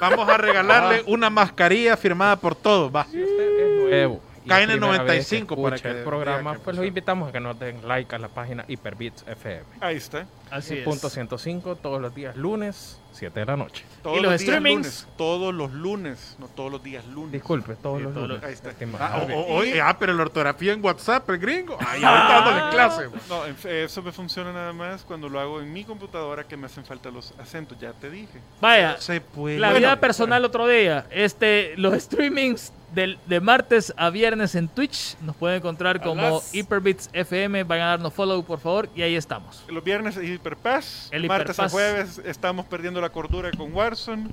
Speaker 9: Vamos a regalarle una mascarilla firmada por todos. Va.
Speaker 6: si usted es nuevo. y
Speaker 9: Caen
Speaker 6: es
Speaker 9: en
Speaker 6: primera vez que
Speaker 9: 95 para
Speaker 6: escucha
Speaker 9: que
Speaker 6: el
Speaker 9: vea
Speaker 6: programa,
Speaker 9: que
Speaker 6: pues los
Speaker 9: funciona.
Speaker 6: invitamos a que nos den like a la página Hyperbits FM.
Speaker 2: Ahí está.
Speaker 5: Así es.
Speaker 6: Punto 105 todos los días lunes, 7 de la noche.
Speaker 2: Todos
Speaker 5: los
Speaker 2: días
Speaker 5: streamings?
Speaker 2: lunes, todos los lunes, no todos los días lunes.
Speaker 6: Disculpe, todos
Speaker 5: Sí,
Speaker 6: los
Speaker 5: todos los-
Speaker 6: lunes.
Speaker 2: Ahí está. oh,
Speaker 6: Estimado.
Speaker 9: Ah, o-
Speaker 6: Bien.
Speaker 9: o- oye, ah, pero la ortografía en WhatsApp, el gringo. Ahí ahorita dándole clase. güey.
Speaker 2: No, en- eh, eso me funciona nada más cuando lo hago en mi computadora que me hacen falta los acentos, ya te dije.
Speaker 5: Vaya,
Speaker 9: Se puede.
Speaker 5: la
Speaker 9: Bueno,
Speaker 5: vida personal otro día. Este, los streamings del- de martes a viernes en Twitch nos pueden encontrar como
Speaker 7: las-
Speaker 5: Hyperbits FM. Vayan a darnos follow, por favor, y ahí estamos.
Speaker 2: Los viernes es Hiperpaz,
Speaker 5: El
Speaker 2: martes a
Speaker 5: Hiperpaz.
Speaker 2: jueves estamos perdiendo la cordura con Warzone,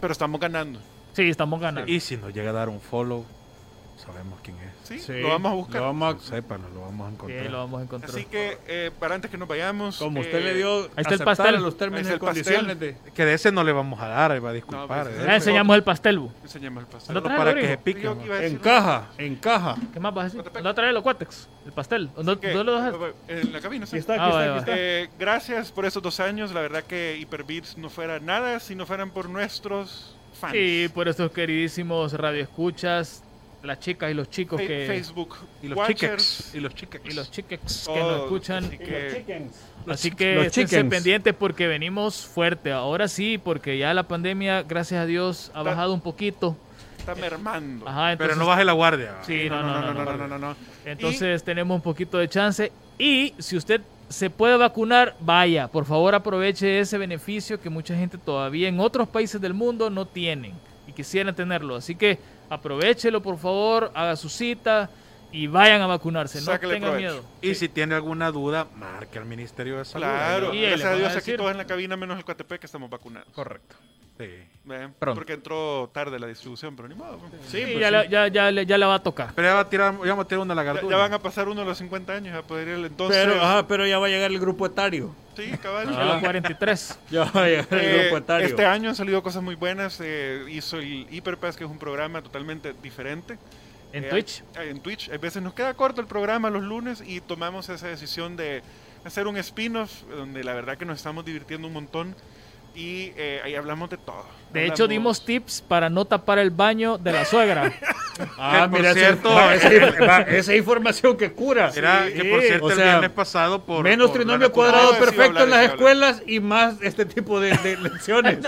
Speaker 2: pero estamos ganando.
Speaker 5: Sí, estamos ganando.
Speaker 9: Y si nos llega a dar un follow, sabemos quién es.
Speaker 2: ¿sí?
Speaker 7: Sí,
Speaker 2: Lo vamos a buscar.
Speaker 7: lo
Speaker 9: Lo
Speaker 7: vamos a-
Speaker 9: sépanlo, lo vamos a encontrar.
Speaker 5: Sí, lo vamos a encontrar.
Speaker 2: Así que, eh, para antes que nos vayamos.
Speaker 7: como
Speaker 2: eh,
Speaker 7: usted le dio
Speaker 5: está el
Speaker 7: aceptar
Speaker 5: pastel.
Speaker 7: a los
Speaker 2: Ahí
Speaker 7: términos
Speaker 2: está
Speaker 7: y
Speaker 2: el pastel.
Speaker 7: condiciones de...
Speaker 9: Que de ese no le vamos a dar, él va a disculpar.
Speaker 2: No, pues,
Speaker 9: ¿eh?
Speaker 5: Ya enseñamos el pastel, bu.
Speaker 2: Enseñemos el pastel.
Speaker 5: ¿Lo traes,
Speaker 9: para que
Speaker 5: Rodrigo?
Speaker 9: se pique.
Speaker 2: Yo
Speaker 9: güey.
Speaker 2: iba a decir-
Speaker 7: Encaja, encaja.
Speaker 5: ¿Qué más vas a decir?
Speaker 2: No te pegues.
Speaker 5: ¿No trae los cuátex? ¿El pastel? ¿No,
Speaker 2: ¿Qué?
Speaker 5: no lo dejas?
Speaker 2: En la cabina, sí.
Speaker 7: Aquí está, aquí
Speaker 5: Ah,
Speaker 7: está,
Speaker 5: vaya, vaya.
Speaker 7: aquí está.
Speaker 2: Eh, gracias por estos dos años. La verdad que Hyperbeats no fuera nada si no fueran por nuestros fans.
Speaker 5: Sí, por estos queridísimos radioescuchas, las chicas y los chicos
Speaker 2: Fe-
Speaker 5: que
Speaker 2: Facebook.
Speaker 9: Y los
Speaker 2: Watchers,
Speaker 9: chiquex. Y los chiquex.
Speaker 5: y los chiques que
Speaker 2: todos,
Speaker 5: nos escuchan.
Speaker 2: así que-
Speaker 5: Así que
Speaker 7: los
Speaker 5: esténse
Speaker 7: chickens.
Speaker 5: pendientes porque venimos fuerte. Ahora sí, porque ya la pandemia, gracias a Dios, ha
Speaker 2: Está-
Speaker 5: bajado un poquito.
Speaker 2: está mermando.
Speaker 5: Ajá, entonces,
Speaker 9: Pero no baje la guardia.
Speaker 5: Sí, no, no, no, no, no.
Speaker 2: no, no.
Speaker 5: Entonces tenemos un poquito de chance. Y si usted se puede vacunar, vaya. Por favor, aproveche ese beneficio que mucha gente todavía en otros países del mundo no tienen y quisieran tenerlo. Así que aprovechelo, por favor, haga su cita y vayan a vacunarse. No
Speaker 2: Sáquele
Speaker 5: tengan
Speaker 2: provecho.
Speaker 5: miedo.
Speaker 9: Y si tiene alguna duda, marque al Ministerio de Salud.
Speaker 2: Claro,
Speaker 5: Y él
Speaker 2: gracias
Speaker 5: le
Speaker 2: a
Speaker 5: va a
Speaker 2: Dios aquí
Speaker 5: decir.
Speaker 2: todos en la cabina, menos el Coatepec, que estamos vacunados.
Speaker 6: Correcto.
Speaker 9: Sí.
Speaker 2: ¿Ve?
Speaker 6: Pronto.
Speaker 2: Porque entró tarde la distribución, pero ni modo. pues.
Speaker 5: Sí, ya, la- ya, ya, le- ya la va a tocar.
Speaker 9: Pero ya va a tirar, ya vamos a tirar una
Speaker 2: Ya,
Speaker 9: lagartuna.
Speaker 2: ya van a pasar uno de los 50 años a poder ir al entonces.
Speaker 7: Pero, ajá, pero ya va a llegar el grupo etario.
Speaker 2: sí, cabal.
Speaker 5: A los 43.
Speaker 7: Ya va a llegar (laughs) el
Speaker 2: Eh,
Speaker 7: grupo etario.
Speaker 2: este año han salido cosas muy buenas. eh, hizo el Hyperpass, que es un programa totalmente diferente.
Speaker 5: En
Speaker 2: Eh,
Speaker 5: Twitch.
Speaker 2: hay- en Twitch. A veces nos queda corto el programa los lunes y tomamos esa decisión de hacer un spin-off donde la verdad que nos estamos divirtiendo un montón y eh, ahí hablamos de todo.
Speaker 5: De hecho, dimos tips para no tapar el baño de
Speaker 2: (laughs)
Speaker 5: la suegra.
Speaker 7: Ah,
Speaker 9: Que, por
Speaker 7: mira, ese-
Speaker 9: cierto,
Speaker 7: va, esa, va, esa información que cura.
Speaker 9: Era que por
Speaker 7: Sí,
Speaker 9: cierto
Speaker 7: o
Speaker 9: el
Speaker 7: sea,
Speaker 9: viernes pasado por
Speaker 7: menos
Speaker 9: por
Speaker 7: trinomio
Speaker 9: la-
Speaker 7: cuadrado
Speaker 2: No, sí,
Speaker 7: perfecto
Speaker 2: hablar,
Speaker 7: en las
Speaker 2: sí, hablar.
Speaker 7: escuelas y más este tipo de, de (laughs) lecciones.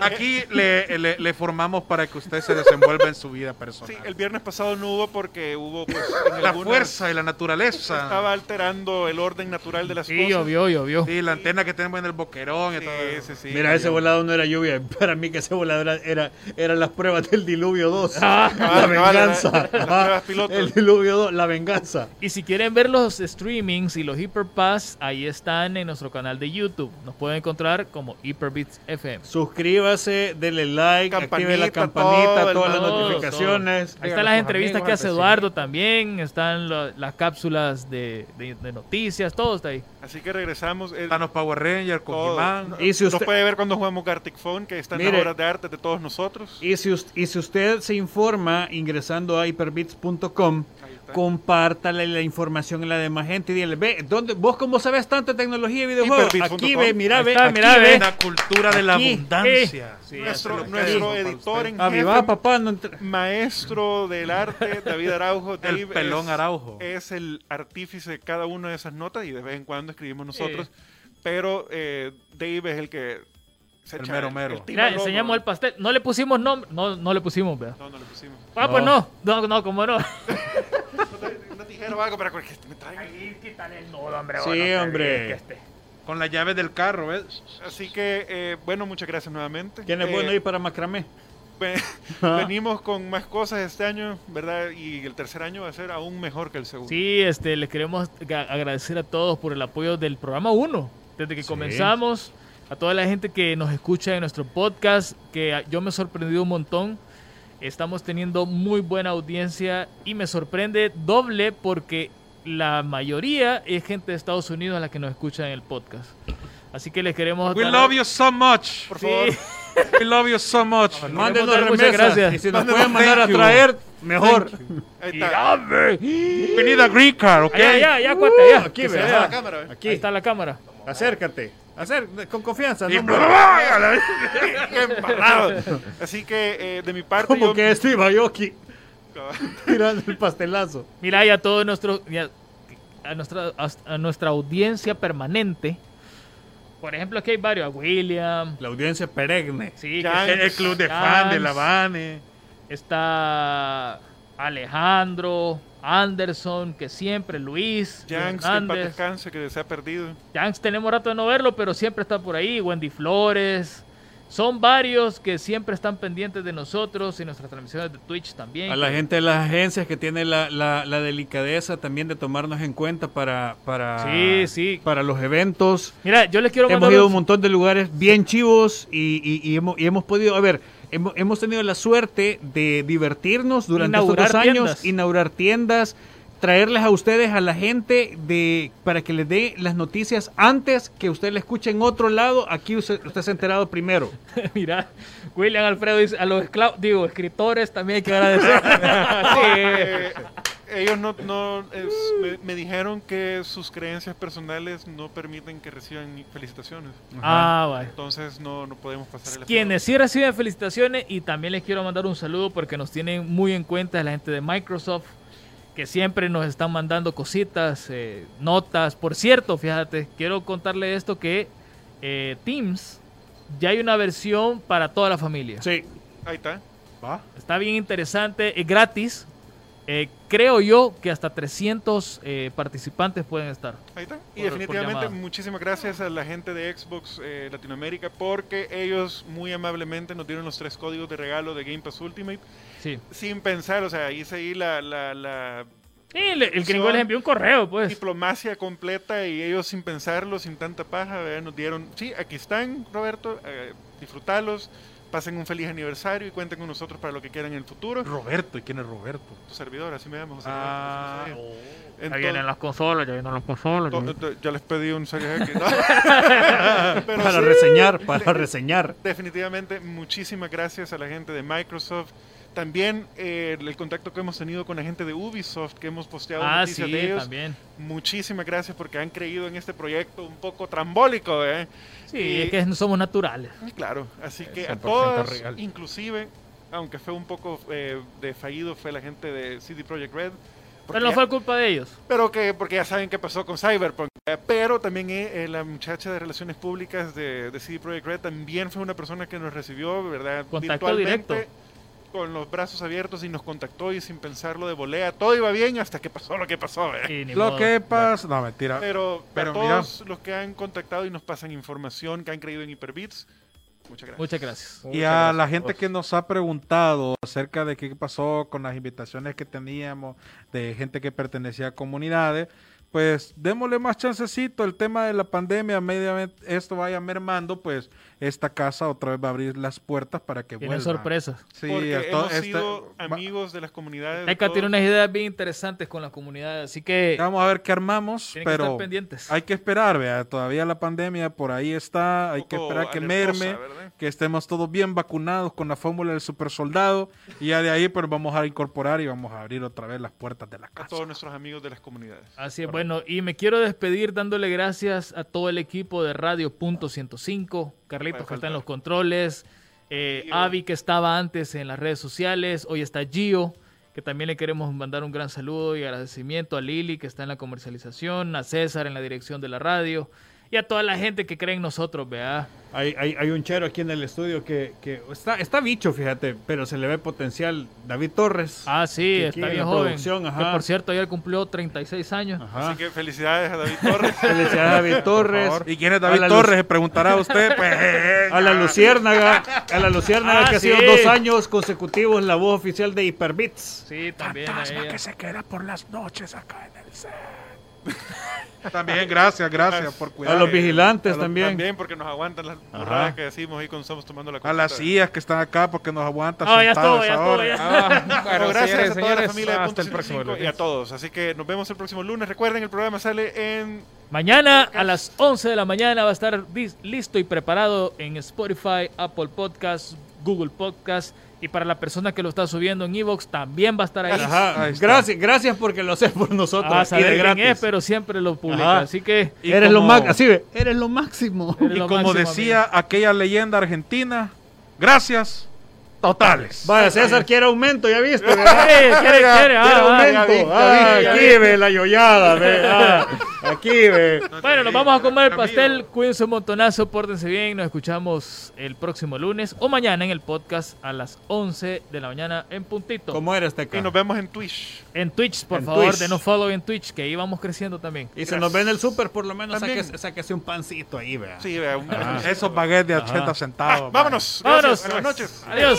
Speaker 9: Aquí le, le, le formamos para que usted se desenvuelva en su vida personal.
Speaker 2: Sí, el viernes pasado no hubo porque hubo
Speaker 3: (laughs)
Speaker 2: pues, en
Speaker 9: la
Speaker 2: algunas-
Speaker 9: fuerza y la naturaleza.
Speaker 2: Estaba alterando el orden natural de las
Speaker 5: Sí,
Speaker 2: cosas.
Speaker 5: llovió, llovió.
Speaker 9: Sí, la antena que tenemos en el boquerón y
Speaker 2: Sí,
Speaker 9: todo.
Speaker 2: sí, sí.
Speaker 7: Mira, ese volado no era lluvia. Para mí que ese volado era, era, eran las pruebas del diluvio 2.
Speaker 5: Ah,
Speaker 2: Ah, cabal, era-
Speaker 7: venganza. Ah,
Speaker 2: las pruebas piloto.
Speaker 7: El diluvio 2, la venganza.
Speaker 5: Y si quieren ver los streamings y los Hyperpass, ahí están en nuestro canal de YouTube. Nos pueden encontrar como Hyperbits FM.
Speaker 7: Suscríbase, denle like, active la
Speaker 2: Campanita,
Speaker 7: campanita,
Speaker 2: todo el
Speaker 7: todas las
Speaker 5: Todo,
Speaker 7: notificaciones.
Speaker 5: todo. Ahí están las entrevistas que hace
Speaker 7: pues,
Speaker 5: Eduardo también, están la- las cápsulas de, de- de noticias, todo está ahí.
Speaker 2: Así que regresamos. El,
Speaker 3: Están los Power Rangers,
Speaker 2: todo.
Speaker 3: Kojimán.
Speaker 7: Y si
Speaker 2: Nos
Speaker 7: usted-
Speaker 2: puede ver cuando jugamos Gartic Phone, que están
Speaker 7: Mire.
Speaker 2: las obras de arte de todos nosotros.
Speaker 7: Y si, us- y si usted se informa ingresando a hyperbits.com,
Speaker 2: Ahí está.
Speaker 7: compártale la información a la demás gente y dile, ve, ¿dónde, ¿vos cómo sabes tanto de tecnología y videojuegos?
Speaker 2: Hyperbits.com.
Speaker 7: Aquí ve, mira,
Speaker 5: Ahí
Speaker 7: ve,
Speaker 5: está,
Speaker 7: aquí
Speaker 5: mira, ve.
Speaker 3: La cultura de la
Speaker 7: Aquí. eh.
Speaker 3: abundancia.
Speaker 2: nuestro
Speaker 3: lo
Speaker 2: nuestro
Speaker 3: que es.
Speaker 2: editor en
Speaker 7: Ah,
Speaker 2: jefe,
Speaker 7: va, papá, no entra-
Speaker 2: maestro del arte, David
Speaker 3: (laughs)
Speaker 2: Araujo. Dave
Speaker 3: pelón
Speaker 2: es, eh,
Speaker 3: Araujo.
Speaker 2: Es el artífice de cada una de esas notas y de vez en cuando escribimos nosotros. Pero eh, Dave es el que se
Speaker 3: El
Speaker 2: echa
Speaker 3: mero mero.
Speaker 2: el tiro
Speaker 5: Mira,
Speaker 2: al hombro.
Speaker 5: enseñamos el pastel. No le pusimos nombre, no, no le pusimos, ¿verdad?
Speaker 2: No, no le pusimos.
Speaker 5: Ah, pues no, no, no, como no.
Speaker 2: Una tijera o algo para que me traigan.
Speaker 7: Sí, hombre.
Speaker 3: Con las llaves del carro, ¿ves?
Speaker 2: Así que, eh, bueno, muchas gracias nuevamente.
Speaker 7: ¿Quién es
Speaker 2: Eh,
Speaker 7: bueno Ah. ahí para macramé? (laughs)
Speaker 2: Ve- Venimos con más cosas este año, ¿verdad? Y el tercer año va a ser aún mejor que el segundo.
Speaker 5: Sí, este, les queremos ga- agradecer a todos por el apoyo del programa 1. Desde que comenzamos, a toda la gente que nos escucha en nuestro podcast, que a- yo me he sorprendido un montón. Estamos teniendo muy buena audiencia y me sorprende doble porque la mayoría es gente de Estados Unidos la que nos escucha en el podcast. Así que les queremos
Speaker 3: We
Speaker 5: dar-
Speaker 3: love you so much.
Speaker 2: Por
Speaker 5: Sí.
Speaker 2: favor,
Speaker 3: We love you so much.
Speaker 7: Mándenos
Speaker 5: muchas
Speaker 7: remesas.
Speaker 5: gracias.
Speaker 7: Y si nos
Speaker 3: Mándenos
Speaker 7: pueden mandar a
Speaker 3: thank you.
Speaker 7: traer, mejor.
Speaker 2: ahí
Speaker 5: Y-
Speaker 7: ¡ah!
Speaker 2: está.
Speaker 3: We need a green card, ¿ok?
Speaker 5: (laughs) Allá, allá, allá, cuate, allá.
Speaker 7: aquí,
Speaker 5: Que se
Speaker 7: ve,
Speaker 5: vea.
Speaker 7: ajá.
Speaker 2: La cámara, ¿eh?
Speaker 5: Ahí está la cámara.
Speaker 7: Acércate. Acércate, con confianza.
Speaker 3: Y-
Speaker 7: No mueras.
Speaker 2: Qué embarrado. Así que, eh, de mi parte,
Speaker 7: Como
Speaker 2: yo- Ah,
Speaker 7: que Steve Aoki tirando el pastelazo.
Speaker 5: Mira, y a todos nuestros. y a- a, nuestra, a, a nuestra audiencia permanente. Por ejemplo, aquí hay varios. A William.
Speaker 7: La audiencia perenne.
Speaker 5: Sí, que
Speaker 2: Jan-
Speaker 5: se-
Speaker 3: El, el club de fan de la Bane.
Speaker 5: Está Alejandro. Anderson, que siempre, Luis,
Speaker 2: Yanks, que en paz
Speaker 5: Hernández.
Speaker 2: descanse, que se ha perdido.
Speaker 5: Yanks, tenemos rato de no verlo, pero siempre está por ahí. Wendy Flores. Son varios que siempre están pendientes de nosotros y nuestras transmisiones de Twitch también.
Speaker 7: A la gente de las agencias que tiene la, la- la delicadeza también de tomarnos en cuenta para, para,
Speaker 5: Sí, sí.
Speaker 7: para los eventos.
Speaker 5: Mira, yo les quiero
Speaker 7: Hemos
Speaker 5: mandar
Speaker 7: ido a
Speaker 5: un-
Speaker 7: un montón de lugares bien chivos y, y- y hemos, y hemos podido, a ver, hemos, hemos tenido la suerte de divertirnos durante
Speaker 5: Inaugurar
Speaker 7: estos dos años,
Speaker 5: tiendas.
Speaker 7: inaugurar tiendas, traerles a ustedes, a la gente, de para que les dé las noticias antes que usted la escuche en otro lado. Aquí usted, usted se ha enterado primero.
Speaker 5: (laughs) Mira, William Alfredo dice, a los esclavos, digo, escritores también hay que (laughs) agradecer.
Speaker 2: Eh, ellos no, no es- me, me dijeron que sus creencias personales no permiten que reciban ni felicitaciones.
Speaker 5: ah, vaya.
Speaker 2: Entonces no, no podemos pasar el
Speaker 5: Quienes sí reciben felicitaciones y también les quiero mandar un saludo porque nos tienen muy en cuenta la gente de Microsoft que siempre nos están mandando cositas, eh, notas. Por cierto, fíjate, quiero contarle esto que eh, Teams ya hay una versión para toda la familia.
Speaker 7: Sí.
Speaker 2: Ahí está.
Speaker 5: Está bien interesante, es gratis. Eh, creo yo que hasta 300 eh, participantes pueden estar.
Speaker 2: Ahí está. Y
Speaker 5: Por- por
Speaker 2: definitivamente
Speaker 5: llamada.
Speaker 2: muchísimas gracias a la gente de Xbox eh, Latinoamérica porque ellos muy amablemente nos dieron los tres códigos de regalo de Game Pass Ultimate
Speaker 5: Sí.
Speaker 2: sin pensar, o sea, hice ahí la, la, la
Speaker 5: Sí, le- el gringo les envió un correo, pues.
Speaker 2: diplomacia completa y ellos sin pensarlo, sin tanta paja, ¿verdad? nos dieron, sí, aquí están, Roberto, eh, disfrútalos, pasen un feliz aniversario y cuenten con nosotros para lo que quieran en el futuro.
Speaker 3: Roberto, ¿y quién es Roberto?
Speaker 2: Tu servidor, así me llamo. José
Speaker 3: Ah,
Speaker 2: Roberto, José José.
Speaker 5: Ya vienen las consolas, ya vienen las
Speaker 2: To-
Speaker 5: consolas.
Speaker 2: to- yo les pedí un serio
Speaker 5: (laughs)
Speaker 2: Pero
Speaker 7: Para
Speaker 2: sí,
Speaker 7: reseñar, para reseñar.
Speaker 2: definitivamente, muchísimas gracias a la gente de Microsoft. También eh, el contacto que hemos tenido con la gente de Ubisoft, que hemos posteado
Speaker 5: Ah,
Speaker 2: noticias de
Speaker 5: sí,
Speaker 2: ellos.
Speaker 5: también.
Speaker 2: Muchísimas gracias porque han creído en este proyecto un poco trambólico, ¿eh?
Speaker 5: Sí,
Speaker 2: Y-
Speaker 5: es que no somos naturales.
Speaker 2: Y Claro, así que a
Speaker 6: 100%
Speaker 2: todas,
Speaker 6: real.
Speaker 2: inclusive, aunque fue un poco eh, de fallido, fue la gente de CD Projekt Red. porque
Speaker 5: Pero no
Speaker 2: ya-
Speaker 5: fue culpa de ellos.
Speaker 2: pero que porque ya saben qué pasó con Cyberpunk. Eh, Pero también eh, eh, la muchacha de Relaciones Públicas de, de CD Projekt Red también fue una persona que nos recibió, ¿verdad?
Speaker 5: Contacto
Speaker 2: Virtualmente,
Speaker 5: directo.
Speaker 2: Con los brazos abiertos y nos contactó y sin pensarlo de volea. Todo iba bien hasta que pasó lo que pasó, ¿eh?
Speaker 5: Y ni
Speaker 3: Lo
Speaker 5: modo.
Speaker 3: que pasa. No, mentira.
Speaker 2: Pero,
Speaker 3: Pero
Speaker 2: a
Speaker 3: mira.
Speaker 2: todos los que han contactado y nos pasan información, que han creído en Hyperbits, Muchas gracias.
Speaker 5: Muchas gracias.
Speaker 3: Y a la gente que nos ha preguntado acerca de qué pasó con las invitaciones que teníamos de gente que pertenecía a comunidades, pues démosle más chancecito. El tema de la pandemia, media esto vaya mermando, pues esta casa otra vez va a abrir las puertas para que
Speaker 5: Tienen
Speaker 3: vuelvan.
Speaker 5: sorpresas.
Speaker 3: Sí,
Speaker 2: Porque
Speaker 3: esto-
Speaker 2: hemos
Speaker 3: este-
Speaker 2: sido
Speaker 3: va-
Speaker 2: amigos de las comunidades. de
Speaker 5: Teca
Speaker 2: todos.
Speaker 5: tiene unas ideas bien interesantes con la comunidad, así que
Speaker 3: Vamos a ver qué armamos,
Speaker 5: tienen que
Speaker 3: pero
Speaker 5: estar pendientes.
Speaker 3: hay que esperar, vea, todavía la pandemia por ahí está, hay
Speaker 2: Un
Speaker 3: que
Speaker 2: poco
Speaker 3: esperar que
Speaker 2: alertosa,
Speaker 3: merme.
Speaker 2: ¿verdad?
Speaker 3: que estemos todos bien vacunados con la fórmula del super soldado y ya de ahí pues vamos a incorporar y vamos a abrir otra vez las puertas de la
Speaker 2: A
Speaker 3: casa.
Speaker 2: todos nuestros amigos de las comunidades.
Speaker 5: Así es, bueno, y me quiero despedir dándole gracias a todo el equipo de Radio Punto 105, Carlitos
Speaker 2: Puede
Speaker 5: que está
Speaker 2: faltar.
Speaker 5: en los controles, eh,
Speaker 2: Gio.
Speaker 5: Avi que estaba antes en las redes sociales, hoy está Gio, que también le queremos mandar un gran saludo y agradecimiento a Lili que está en la comercialización, a César en la dirección de la radio y a toda la gente que cree en nosotros, vea.
Speaker 7: Hay, hay, hay un chero aquí en el estudio que, que está, está bicho, fíjate, pero se le ve potencial. David Torres.
Speaker 5: Ah, sí,
Speaker 7: Que aquí
Speaker 5: está
Speaker 7: en
Speaker 5: bien
Speaker 7: la
Speaker 5: joven.
Speaker 7: producción,
Speaker 5: Que
Speaker 7: ajá. Ah.
Speaker 5: por cierto, ayer cumplió 36 años.
Speaker 7: Ajá.
Speaker 2: Así que felicidades a David Torres.
Speaker 7: (laughs) Felicidades a David Torres.
Speaker 3: ¿Y quién es
Speaker 7: A
Speaker 3: David
Speaker 7: la
Speaker 3: Torres? Se preguntará usted. Pues, eh, eh,
Speaker 5: (laughs)
Speaker 7: A la Luciérnaga, a la Luciérnaga
Speaker 5: Ah,
Speaker 7: que
Speaker 5: sí.
Speaker 7: ha sido dos años consecutivos la voz oficial de Hyperbits.
Speaker 5: Sí, también. a ella.
Speaker 3: se queda por las noches acá en el set. También gracias, gracias por
Speaker 7: A
Speaker 3: cuidar.
Speaker 7: los vigilantes
Speaker 3: a los-
Speaker 7: también.
Speaker 2: También porque nos aguantan las burradas que decimos ahí cuando estamos tomando la
Speaker 3: A las
Speaker 2: copita.
Speaker 3: sillas que están acá porque nos aguantan.
Speaker 5: No, ya
Speaker 3: sentados
Speaker 5: estuvo, ya
Speaker 3: esa
Speaker 5: estuvo,
Speaker 3: hora.
Speaker 5: ya.
Speaker 2: (laughs)
Speaker 6: Ah,
Speaker 2: (laughs) Bueno, gracias a toda la
Speaker 6: señores,
Speaker 2: familia de Punto
Speaker 6: Hasta el próximo
Speaker 2: 105
Speaker 6: lunes.
Speaker 2: y a todos. Así que nos vemos el próximo lunes. Recuerden, el programa sale en
Speaker 5: Mañana a las 11 de la mañana va a estar dis- listo y preparado en Spotify, Apple Podcasts, Google Podcasts y para la persona que lo está subiendo en Evox también va a estar ahí.
Speaker 7: Ajá.
Speaker 3: Ahí está.
Speaker 7: Gracias, gracias porque lo haces por nosotros.
Speaker 5: A
Speaker 7: y de
Speaker 5: Ah, saber quién
Speaker 7: gratis.
Speaker 5: es, pero siempre lo publica.
Speaker 7: Ajá.
Speaker 5: Así que
Speaker 3: Y
Speaker 7: eres, lo
Speaker 3: como-
Speaker 7: ma- así ve, eres lo máximo.
Speaker 5: eres
Speaker 3: Y
Speaker 5: lo
Speaker 3: como
Speaker 5: máximo,
Speaker 3: decía aquella leyenda argentina, gracias totales.
Speaker 7: Vaya, César quiere aumento, ya viste.
Speaker 5: amigo. Quiere, quiere, quiere. Ah,
Speaker 7: Quiere
Speaker 5: ah, ya vi,
Speaker 7: aumento.
Speaker 5: ya
Speaker 7: Ah,
Speaker 5: vi, ya
Speaker 7: aquí
Speaker 5: vi.
Speaker 7: ve la yoyada, ve. ah, (laughs) aquí ve.
Speaker 5: Bueno, nos vamos a comer el pastel. Cuídense un montonazo, pórtense bien. Nos escuchamos el próximo lunes o mañana en el podcast a las 11 de la mañana en puntito.
Speaker 7: ¿Cómo eres, Teca?
Speaker 2: y nos vemos en Twitch.
Speaker 5: En Twitch, por
Speaker 7: En
Speaker 5: favor,
Speaker 7: Twitch.
Speaker 5: denos follow en Twitch, que ahí vamos creciendo también.
Speaker 7: Y se nos ve en el súper, por lo menos
Speaker 2: También-
Speaker 7: sáquese, sáquese un pancito ahí, vea.
Speaker 2: Sí, vea, un-
Speaker 7: Ah.
Speaker 2: Ah,
Speaker 3: Esos baguettes de 80 centavos.
Speaker 5: Ah,
Speaker 3: man.
Speaker 2: Vámonos. Gracias.
Speaker 5: Vámonos.
Speaker 2: Buenas noches.
Speaker 5: Adiós.